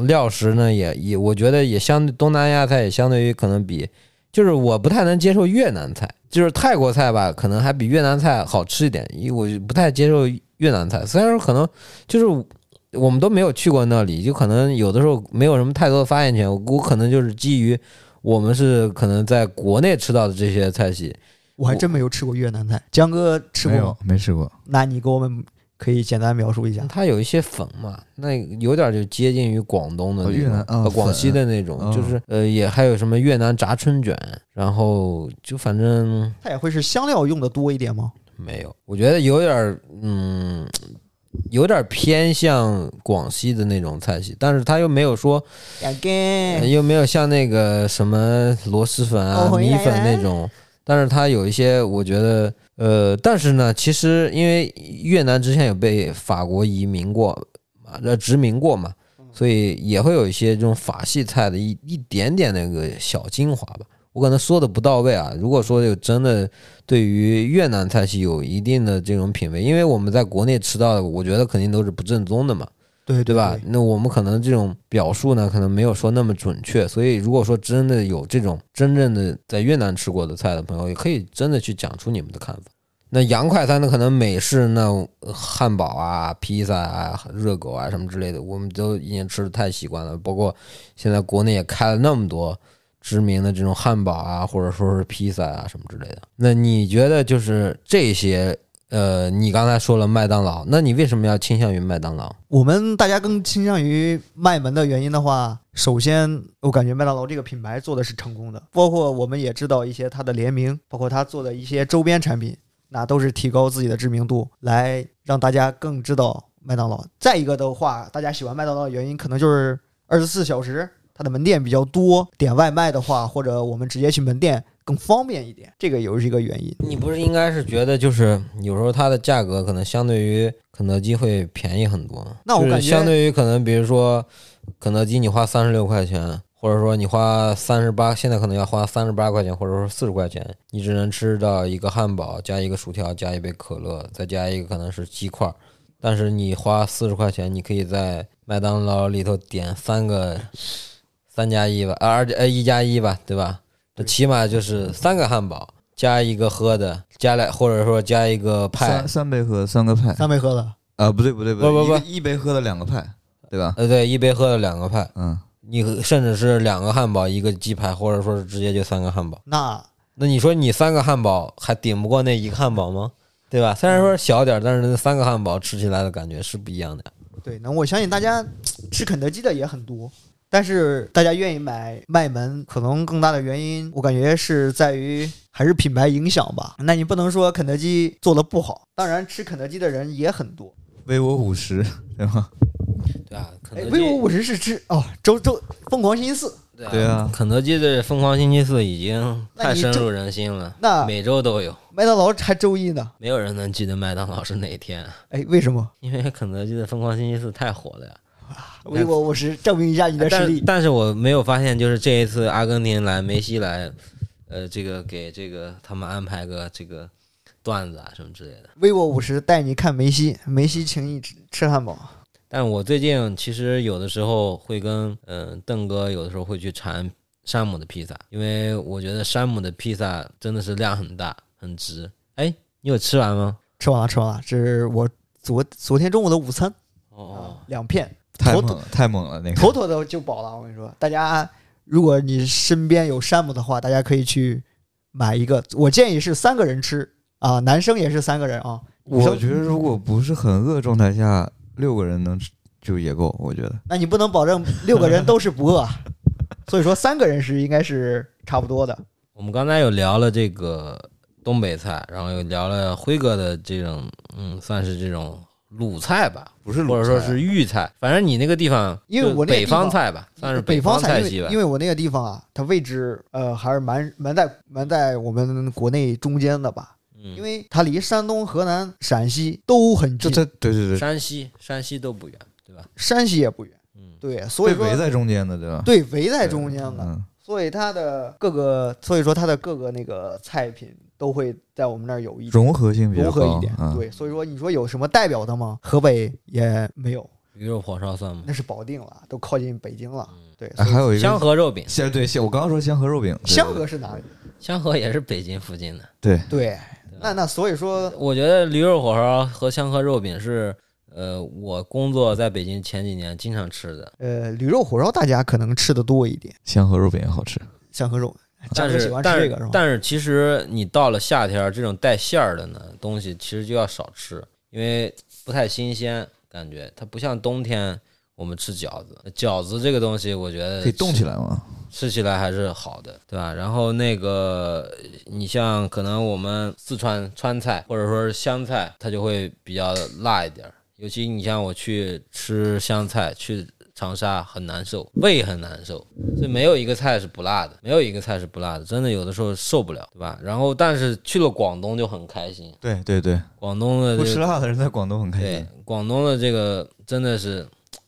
料食呢也也，我觉得也相对东南亚菜也相对于可能比，就是我不太能接受越南菜，就是泰国菜吧，可能还比越南菜好吃一点，因为我就不太接受越南菜，虽然说可能就是。我们都没有去过那里，就可能有的时候没有什么太多的发言权。我我可能就是基于我们是可能在国内吃到的这些菜系，我还真没有吃过越南菜，江哥吃没过吗有？没吃过。那你给我们可以简单描述一下。它有一些粉嘛，那有点就接近于广东的哦那种越南啊哦呃广西的那种，粉就是呃，也还有什么越南炸春卷，然后就反正它也会是香料用的多一点吗？没有，我觉得有点儿嗯，有点儿偏向广西的那种菜系，但是他又没有说，哎呃又没有像那个什么螺蛳粉啊哦、回米来粉那了种。但是它有一些，我觉得，呃，但是呢，其实因为越南之前有被法国移民过嘛，呃，殖民过嘛，所以也会有一些这种法系菜的一一点点那个小精华吧。我可能说的不到位啊。如果说有真的对于越南菜系有一定的这种品味，因为我们在国内吃到的，我觉得肯定都是不正宗的嘛，对对吧？那我们可能这种表述呢，可能没有说那么准确。所以如果说真的有这种真正的在越南吃过的菜的朋友，也可以真的去讲出你们的看法。那洋快餐呢？可能美式那呃汉堡啊、披萨啊、热狗啊什么之类的，我们都已经吃的太习惯了。包括现在国内也开了那么多知名的这种汉堡啊，或者说是披萨啊什么之类的。那你觉得就是这些？呃，你刚才说了麦当劳，那你为什么要倾向于麦当劳？我们大家更倾向于卖门的原因的话，首先我感觉麦当劳这个品牌做的是成功的，包括我们也知道一些它的联名，包括它做的一些周边产品，那都是提高自己的知名度，来让大家更知道麦当劳。再一个的话，大家喜欢麦当劳的原因可能就是二十四小时，它的门店比较多，点外卖的话，或者我们直接去门店更方便一点，这个也是一个原因。你不是应该是觉得就是有时候它的价格可能相对于肯德基会便宜很多吗？那我就是感觉相对于可能比如说肯德基你花三十六块钱，或者说你花三十八，现在可能要花三十八块钱，或者说四十块钱，你只能吃到一个汉堡加一个薯条加一杯可乐，再加一个可能是鸡块儿。但是你花四十块钱，你可以在麦当劳里头点三个三加一吧，啊二呃一加一吧，对吧？这起码就是三个汉堡加一个喝的，加来或者说加一个派三，三杯喝三个派三杯喝的，啊，不对不对对不不不一个一杯喝的两个派，对吧？呃对，一杯喝的两个派，呃嗯，你可甚至是两个汉堡一个鸡排，或者说是直接就三个汉堡。那那你说你三个汉堡还顶不过那一个汉堡吗？对吧？虽然说小点儿，但是那三个汉堡吃起来的感觉是不一样的。对，那我相信大家吃肯德基的也很多，但是大家愿意买麦门，可能更大的原因，我感觉是在于还是品牌影响吧。那你不能说肯德基做的不好，当然吃肯德基的人也很多。微我五十，对吗？对啊，肯哎，德威我基五十是吃哦，周周疯狂星期四，对啊肯德基的疯狂星期四已经那太你深这入人心了，那每周都有，麦当劳还周一呢。没有人能记得麦当劳是哪一天啊，哎，为什么？因为肯德基的疯狂星期四太火了呀。威我五十证明一下你的实但力。但是我没有发现，就是这一次阿根廷来梅西来，呃，这个给这个他们安排个这个段子啊什么之类的。威我五十带你看梅西，梅西请你吃吃汉堡。但我最近其实有的时候会跟嗯、呃邓哥有的时候会去馋山姆的披萨，因为我觉得山姆的披萨真的是量很大，很值。哎，你有吃完吗？吃完了，吃完了，这是我昨昨天中午的午餐，哦，两片，太头猛了，太猛 了，那个妥妥的就饱了。我跟你说，大家如果你身边有山姆的话，大家可以去买一个。我建议是三个人吃啊，男生也是三个人啊。女我生觉得如果不是很饿状态下，六个人能吃就也够，我觉得。那你不能保证六个人都是不饿啊， 所以说三个人是应该是差不多的。我们刚才有聊了这个东北菜，然后又聊了辉哥的这种，嗯，算是这种鲁菜吧，不是或者说是豫菜，反正你那个地方，因为我那个北地方方菜吧，算是北方菜，菜因为系吧因。为我那个地方啊，它位置呃还是蛮蛮在蛮在我们国内中间的吧，因嗯，为它离山东、河南、陕西都很这近，这对对对，山西山西都不远，对吧？山西也不远，嗯，对，所以被说围在中间的，对吧？对围在中间的，嗯，所以它的各个，所以说它的各个那个菜品都会在我们那儿有一融合性比较融高，合一点，嗯、对，所以说你说有什么代表的吗？河北也没有，鱼肉火烧算吗？那是保定了，都靠近北京了，嗯对，哎所以还有一个香河肉饼，香对香，我刚刚说香河肉饼，对香河是哪里？香河也是北京附近的。对对，那那所以说我觉得驴肉火烧和香河肉饼是，呃，我工作在北京前几年经常吃的，呃，驴肉火烧大家可能吃的多一点，香河肉饼也好吃，香河肉，江但哥是喜欢吃但这是个是吧？但是其实你到了夏天儿，这种带馅儿的呢东西其实就要少吃，因为不太新鲜，感觉它不像冬天我们吃饺子，饺子这个东西我觉呃得可以冻吃起来吗？吃起来还是好的，对吧？然后那个，你像可能我们四川川菜或者说是湘菜，它就会比较辣一点儿。尤其你像我去吃湘菜，去长沙很难受，胃很难受，所以没有一个菜是不辣的，没有一个菜是不辣的，真的有的时候受不了，对吧？然后但是去了广东就很开心，对对对，广东的、这呃不个、吃辣的人在广东很开对心。，广东的这个真的是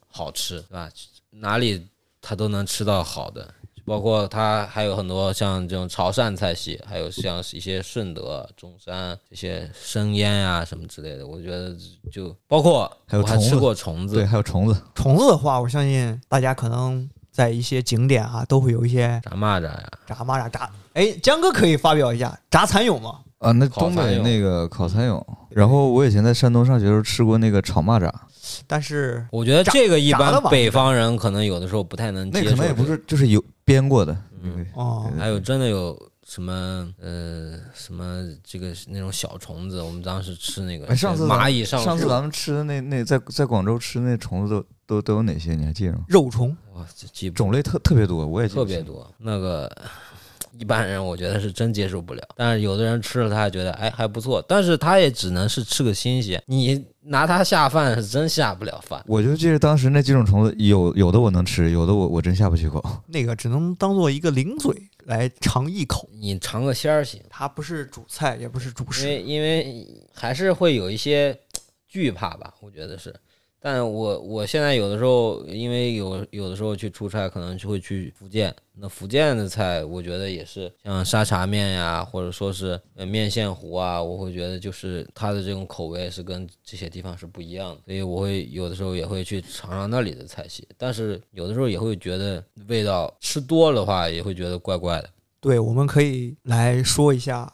好吃，对吧？哪里他都能吃到好的，包括它还有很多像这种潮汕菜系，还有像一些顺德、中山这些生腌啊什么之类的，我觉得就包括还有我还虫子吃过虫对，子、还有虫子，虫子的话，我相信大家可能在一些景点啊，都会有一些炸蚂蚱呀、炸蚂蚱炸。哎，江哥可以发表一下炸蚕蛹吗？啊，那烤东蚕北蛹那个烤蚕蛹，然后我以前在山东上学的时候吃过那个炒蚂蚱，但是我觉得炸这个一炸的般吧北方人可能有的时候不太能接那受，可能也不是，就是有煸过的，嗯哦，还有真的有什么呃什么这个那种小虫子，我们当时吃那个哎上次咱们蚂蚁上上次树咱们吃的那那在在广州吃的那虫子都都都有哪些？你还记得吗？肉虫哇，这记不种类特特别多，我也记不特别清。多。那个一般人我觉得是真接受不了，但是有的人吃了他还觉得哎还不错，但是他也只能是吃个新鲜，你拿它下饭是真下不了饭。我就记得当时那几种虫子，有有的我能吃，有的我我真下不去口。 那个只能当做一个零嘴来尝一口，你尝个鲜儿行，它不是主菜，也不是主因食。为因为还是会有一些惧怕吧，我觉得是。但我我现在有的时候，因为有有的时候去出差，可能就会去福建。那福建的菜，我觉得也是像沙茶面呀，或者说是呃面线糊啊，我会觉得就是它的这种口味是跟这些地方是不一样的，所以我会有的时候也会去尝尝那里的菜系。但是有的时候也会觉得味道吃多了的话，也会觉得怪怪的。对，我们可以来说一下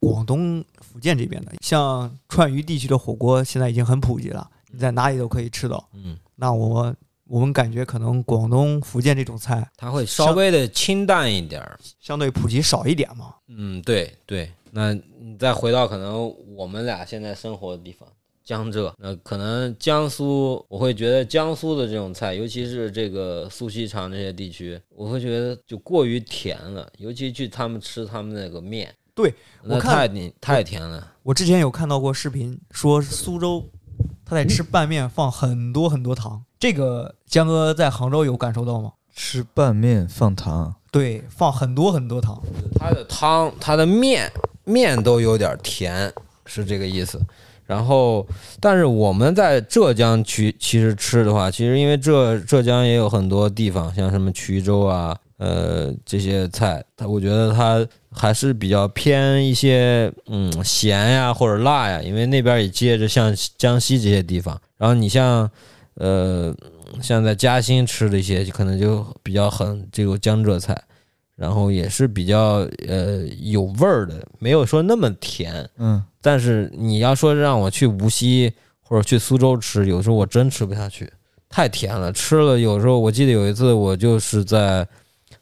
广东、福建这边的，像川渝地区的火锅，现在已经很普及了，你在哪里都可以吃到。嗯，那我我们感觉可能广东、福建这种菜它会稍微的清淡一点儿。相对普及少一点嘛。嗯，对对，那你再回到可能我们俩现在生活的地方，江浙，那可能江苏，我会觉得江苏的这种菜，尤其是这个苏锡常这些地区，我会觉得就过于甜了，尤其去他们吃他们那个面，对那我看太你太甜了，我之前有看到过视频，说苏州他在吃拌面放很多很多糖，这个江哥在杭州有感受到吗？吃拌面放糖，对，放很多很多糖。它的汤、它的面面都有点甜，是这个意思。然后，但是我们在浙江区其实吃的话，其实因为浙浙江也有很多地方，像什么衢州啊，呃这些菜，它我觉得它还是比较偏一些嗯咸呀或者辣呀，因为那边也接着像江西这些地方。然后你像呃像在嘉兴吃的一些，可能就比较很这个江浙菜。然后也是比较呃有味儿的，没有说那么甜。嗯，但是你要说让我去无锡或者去苏州吃，有时候我真吃不下去，太甜了。吃了有时候，我记得有一次我就是在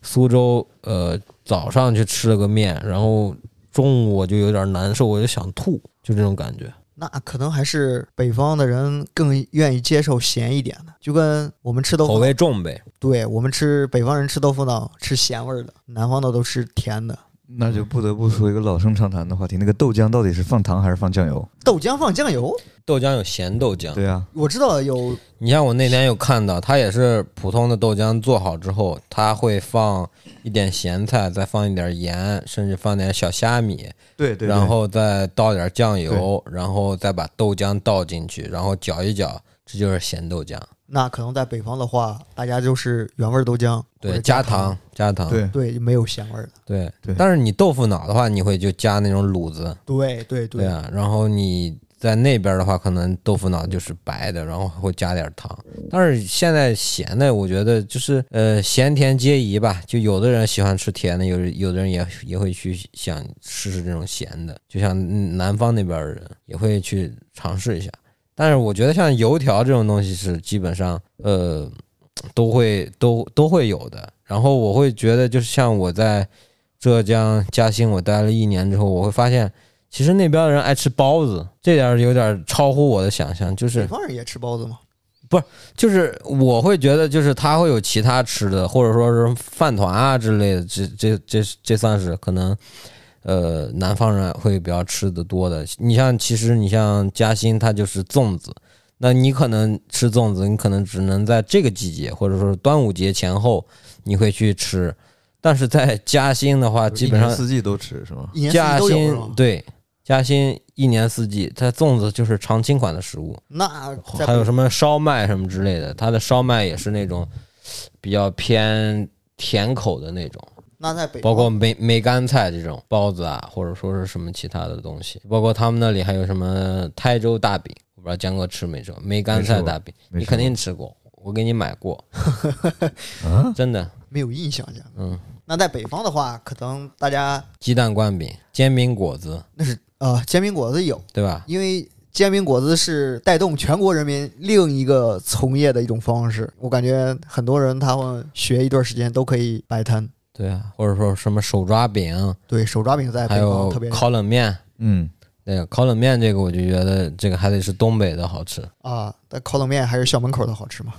苏州，呃，早上去吃了个面，然后中午我就有点难受，我就想吐，就这种感觉。那可能还是北方的人更愿意接受咸一点的，就跟我们吃豆口腐，味重呗，对我们吃北方人吃豆腐脑吃咸味儿的，南方的都吃甜的。那就不得不说一个老生常谈的话题，那个豆浆到底是放糖还是放酱油？豆浆放酱油，豆浆有咸豆浆。对啊，我知道有你像我那天有看到，它也是普通的豆浆做好之后，它会放一点咸菜，再放一点盐，甚至放点小虾米，对对对然后再倒点酱油，然后再把豆浆倒进去，然后搅一搅，这就是咸豆浆。那可能在北方的话，大家就是原味儿豆浆，或对，者加糖，糖加糖，对对，没有咸味儿的。对对但是你豆腐脑的话，你会就加那种卤子，对对对啊。然后你在那边的话，可能豆腐脑就是白的，然后会加点糖。但是现在咸的，我觉得就是呃咸甜皆宜吧。就有的人喜欢吃甜的，有有的人也也会去想试试这种咸的。就像嗯南方那边的人也会去尝试一下。但是我觉得像油条这种东西是基本上呃都会都都会有的。然后我会觉得，就是像我在浙江嘉兴我待了一年之后，我会发现，其实那边的人爱吃包子，这点儿有点超乎我的想象。就是北方人也吃包子吗？就是我会觉得，就是他会有其他吃的，或者说是饭团啊之类的，这这这这算是可能，呃，南方人会比较吃的多的。你像，其实你像嘉兴，它就是粽子，那你可能吃粽子，你可能只能在这个季节，或者说是端午节前后，你会去吃。但是在嘉兴的话，基本一上年四季都吃是吗？一年四嘉季都有是吗兴对嘉兴一年四季，它粽子就是常青款的食物。那在还北有什么烧麦什么之类的，它的烧麦也是那种比较偏甜口的那种，那在北包方括梅梅干菜这种包子啊，或者说是什么其他的东西，包括他们那里还有什么台州大饼，我不知道江哥吃没吃过梅干菜大饼，没吃过没吃过你肯定吃过，我给你买过，啊， 真的，没有印象，这样嗯，那在北方的话，可能大家鸡蛋灌饼、煎饼果子，那是呃煎饼果子有，对吧？因为煎饼果子是带动全国人民另一个从业的一种方式。我感觉很多人他们学一段时间都可以摆摊。对啊，或者说什么手抓饼，对手抓饼在还北方有特别烤冷面。嗯，对，烤冷面这个我就觉得这个还得是东北的好吃。啊，但烤冷面还是校门口的好吃嘛。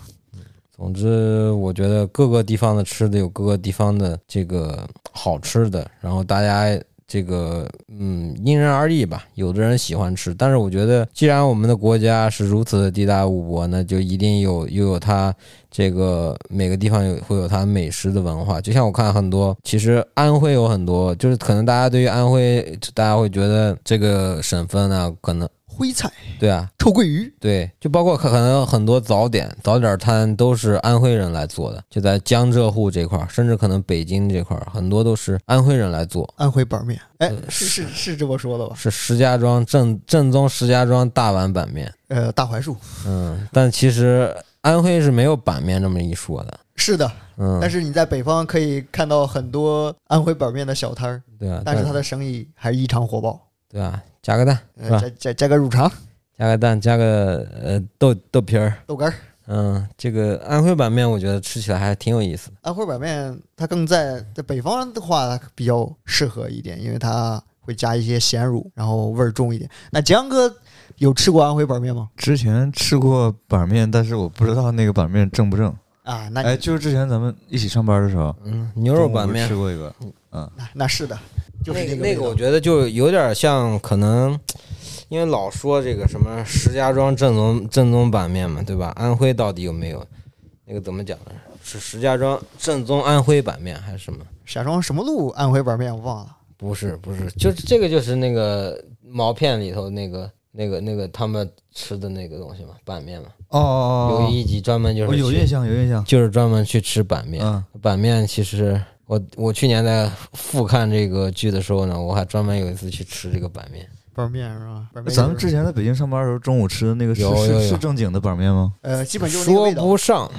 总之，我觉得各个地方的吃的有各个地方的这个好吃的，然后大家这个嗯因人而异吧。有的人喜欢吃，但是我觉得，既然我们的国家是如此的地大物博，那就一定有又有它这个每个地方有会有它美食的文化。就像我看很多，其实安徽有很多，就是可能大家对于安徽，大家会觉得这个省份呢、可能徽菜、对啊，臭鳜鱼，对，就包括可可能很多早点早点摊都是安徽人来做的，就在江浙沪这块儿，甚至可能北京这块儿，很多都是安徽人来做。安徽板面，哎，呃是是是这么说的吧？是石家庄正正宗石家庄大碗板面，呃，大槐树嗯，但其实安徽是没有板面这么一说的，是的，嗯，但是你在北方可以看到很多安徽板面的小摊儿，对啊，但是它的生意还是异常火爆。对啊，加个蛋是呃，吧？加加加个乳肠、加个蛋，加个呃豆豆皮儿，豆干儿，嗯，这个安徽板面我觉得吃起来还挺有意思的，安徽板面它更在在北方的话它比较适合一点，因为它会加一些咸乳，然后味儿重一点。那江哥有吃过安徽板面吗？之前吃过板面，但是我不知道那个板面正不正。啊，那你哎，就是之前咱们一起上班的时候，嗯，牛肉中午板不是面吃过一个，嗯那那是的，就是那个这个那味个，道我觉得就有点像可能，因为老说这个什么石家庄正宗正宗板面嘛，对吧？安徽到底有没有？那个怎么讲呢？是石家庄正宗安徽板面还是什么？石家庄什么路安徽板面我忘了。不是不是，就是这个就是那个毛片里头那个那个那个他们吃的那个东西嘛，板面嘛。哦有哦一集专门就哦，我是有去印象，有印象。就是专门去吃板面。嗯，板面其实我我去年在复看这个剧的时候呢，我还专门有一次去吃这个板面。板面是吧？板面咱们就是之前在北京上班的时候，中午吃的那个是有有是有是正经的板面吗？呃，基本就是那个说味道。不上，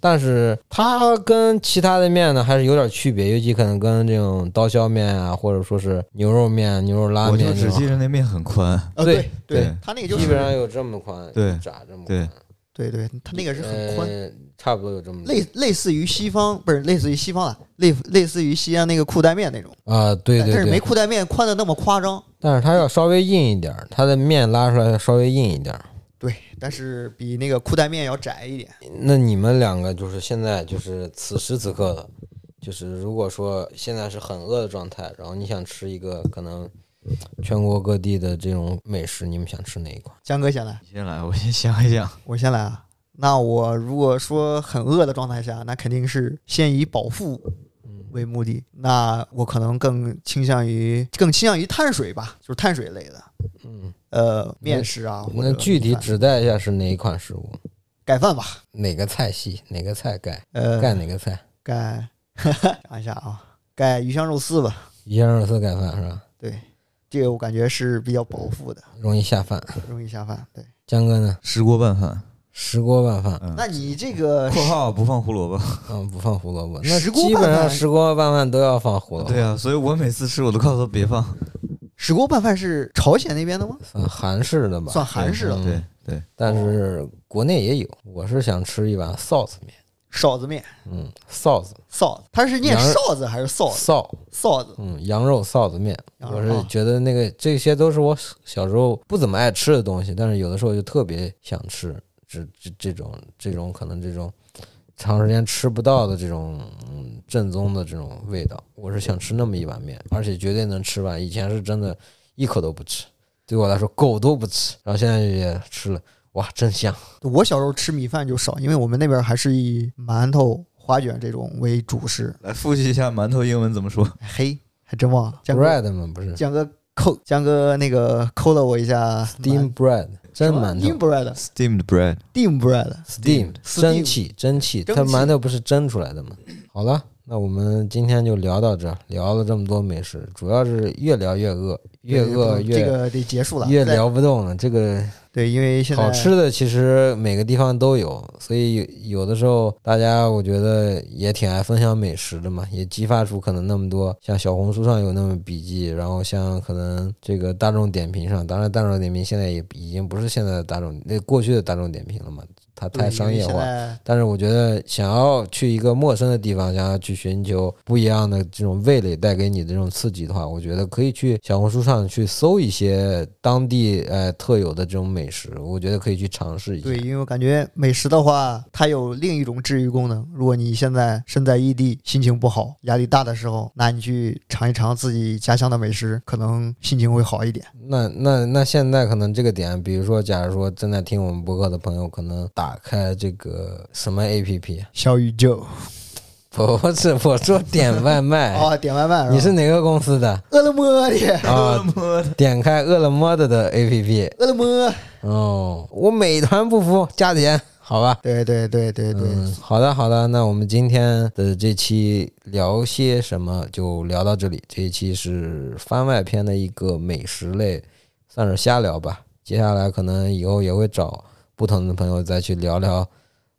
但是它跟其他的面呢还是有点区别，尤其可能跟这种刀削面啊，或者说是牛肉面、牛肉拉我就面这只记种，得那面很宽，呃，对对对，他那个就基本是上有这么宽，对炸这么对宽，对对，他那个是很宽，呃差不多有这么类类似于西方不是类似于西方啊，类类似于西安那个裤带面那种，啊，对对但是没对，裤带面宽的那么夸张，但是它要稍微硬一点儿，它的面拉出来要稍微硬一点儿。对，但是比那个裤带面要窄一点。那你们两个就是现在就是此时此刻的，就是如果说现在是很饿的状态，然后你想吃一个可能全国各地的这种美食，你们想吃哪一款？江哥先来，你先来，我先想一想。我先来啊。那我如果说很饿的状态下，那肯定是先以饱腹嗯，为目的。那我可能更倾向于更倾向于碳水吧，就是碳水类的，嗯，呃，面食啊，或那者具体米饭指代一下是哪一款食物，盖饭吧，哪个菜系，哪个菜盖呃，盖哪个菜？盖， 想一下啊，盖鱼香肉丝吧。鱼香肉丝盖饭是吧？对，这个我感觉是比较饱腹的，容易下饭。容易下饭。对，江哥呢？石锅拌 饭，石锅拌饭，嗯那你这个括号不放胡萝卜。嗯，不放胡萝卜。那石锅基拌本上饭石锅拌饭都要放胡萝卜对，啊，所以我每次吃我都告诉他别放。石锅拌饭是朝鲜那边 的吗？算韩式的吧？算韩式的嗯对对，但是国内也有。我是想吃一碗臊子面，臊子面，嗯，臊子臊子，它是念羊肉臊子还是臊子？臊，臊子，嗯，羊肉臊子面。羊肉我是觉得那个这些都是我小时候不怎么爱吃的东西，但是有的时候就特别想吃，这这这种这种可能这种长时间吃不到的这种嗯正宗的这种味道，我是想吃那么一碗面，而且绝对能吃完。以前是真的一口都不吃，对我来说狗都不吃，然后现在也吃了，哇，真香！我小时候吃米饭就少，因为我们那边还是以馒头、花卷这种为主食。来复习一下馒头英文怎么说。嘿，还真忘了。江哥， bread 嘛，不是江哥扣，江哥那个扣了我一下。 steam bread 什蒸么馒 steam 头 bread，steam Steamed bread， bread， steam 蒸 steam 汽蒸汽，蒸它汽馒头不是蒸出来的吗？好了，那我们今天就聊到这儿，聊了这么多美食，主要是越聊越饿，越饿这越个得结束了。越再聊不动了。这个对，因为现在好吃的其实每个地方都有，所以有有的时候大家我觉得也挺爱分享美食的嘛，也激发出可能那么多像小红书上有那么笔记，然后像可能这个大众点评上，当然大众点评现在也已经不是现在的大众那过去的大众点评了嘛，它对太商业因为现化。在但是我觉得，想要去一个陌生的地方，想要去寻求不一样的这种味蕾带给你的这种刺激的话，我觉得可以去小红书上去搜一些当地呃特有的这种美食，我觉得可以去尝试一下对，。因为我感觉美食的话，它有另一种治愈功能。如果你现在身在异地，心情不好、压力大的时候，那你去尝一尝自己家乡的美食，可能心情会好一点。那那那现在可能这个点，比如说，假如说正在听我们播客的朋友，可能打开这个什么 A P P， 小宇宙不是我说点外卖，哦，点外卖吧哎你是哪个公司的？ 饿了么的，啊，点开饿了么的的 A P P，饿了么。哦，我美团不服，加点，好吧。对对对对对，嗯，好的好的，那我们今天的这期聊些什么就聊到这里。这一期是番外篇的一个美食类，算是瞎聊吧。接下来可能以后也会找不同的朋友再去聊聊，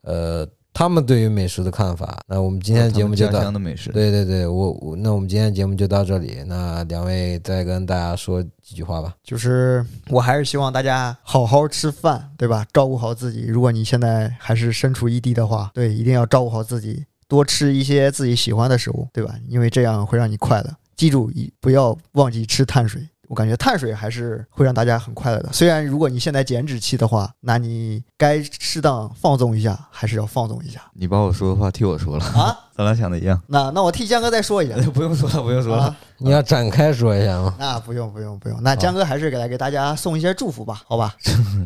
呃，他们对于美食的看法。那我们今天的节目就家到乡的美食。对对对，我我那我们今天的节目就到这里。那两位再跟大家说几句话吧。就是我还是希望大家好好吃饭，对吧？照顾好自己。如果你现在还是身处异地的话，对，一定要照顾好自己，多吃一些自己喜欢的食物，对吧？因为这样会让你快乐。记住，一不要忘记吃碳水。我感觉碳水还是会让大家很快乐的。虽然如果你现在减脂期的话，那你该适当放纵一下，还是要放纵一下你把我说的话替我说了，啊。咱俩想的一样。那那 我替江哥再说一下，哎不用说了，不用说了啊。，你要展开说一下吗？那不用不用不用，那江哥还是给来给大家送一些祝福吧，好吧？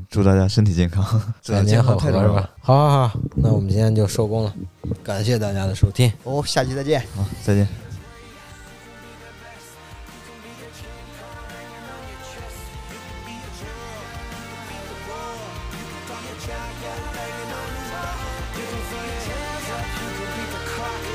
祝大家身体健康，祝大百年家 健好康合太是重要了。吧？好好好，那我们今天就收工了，感谢大家的收听。哦，下期再见。好，再见。 You can beat the clock.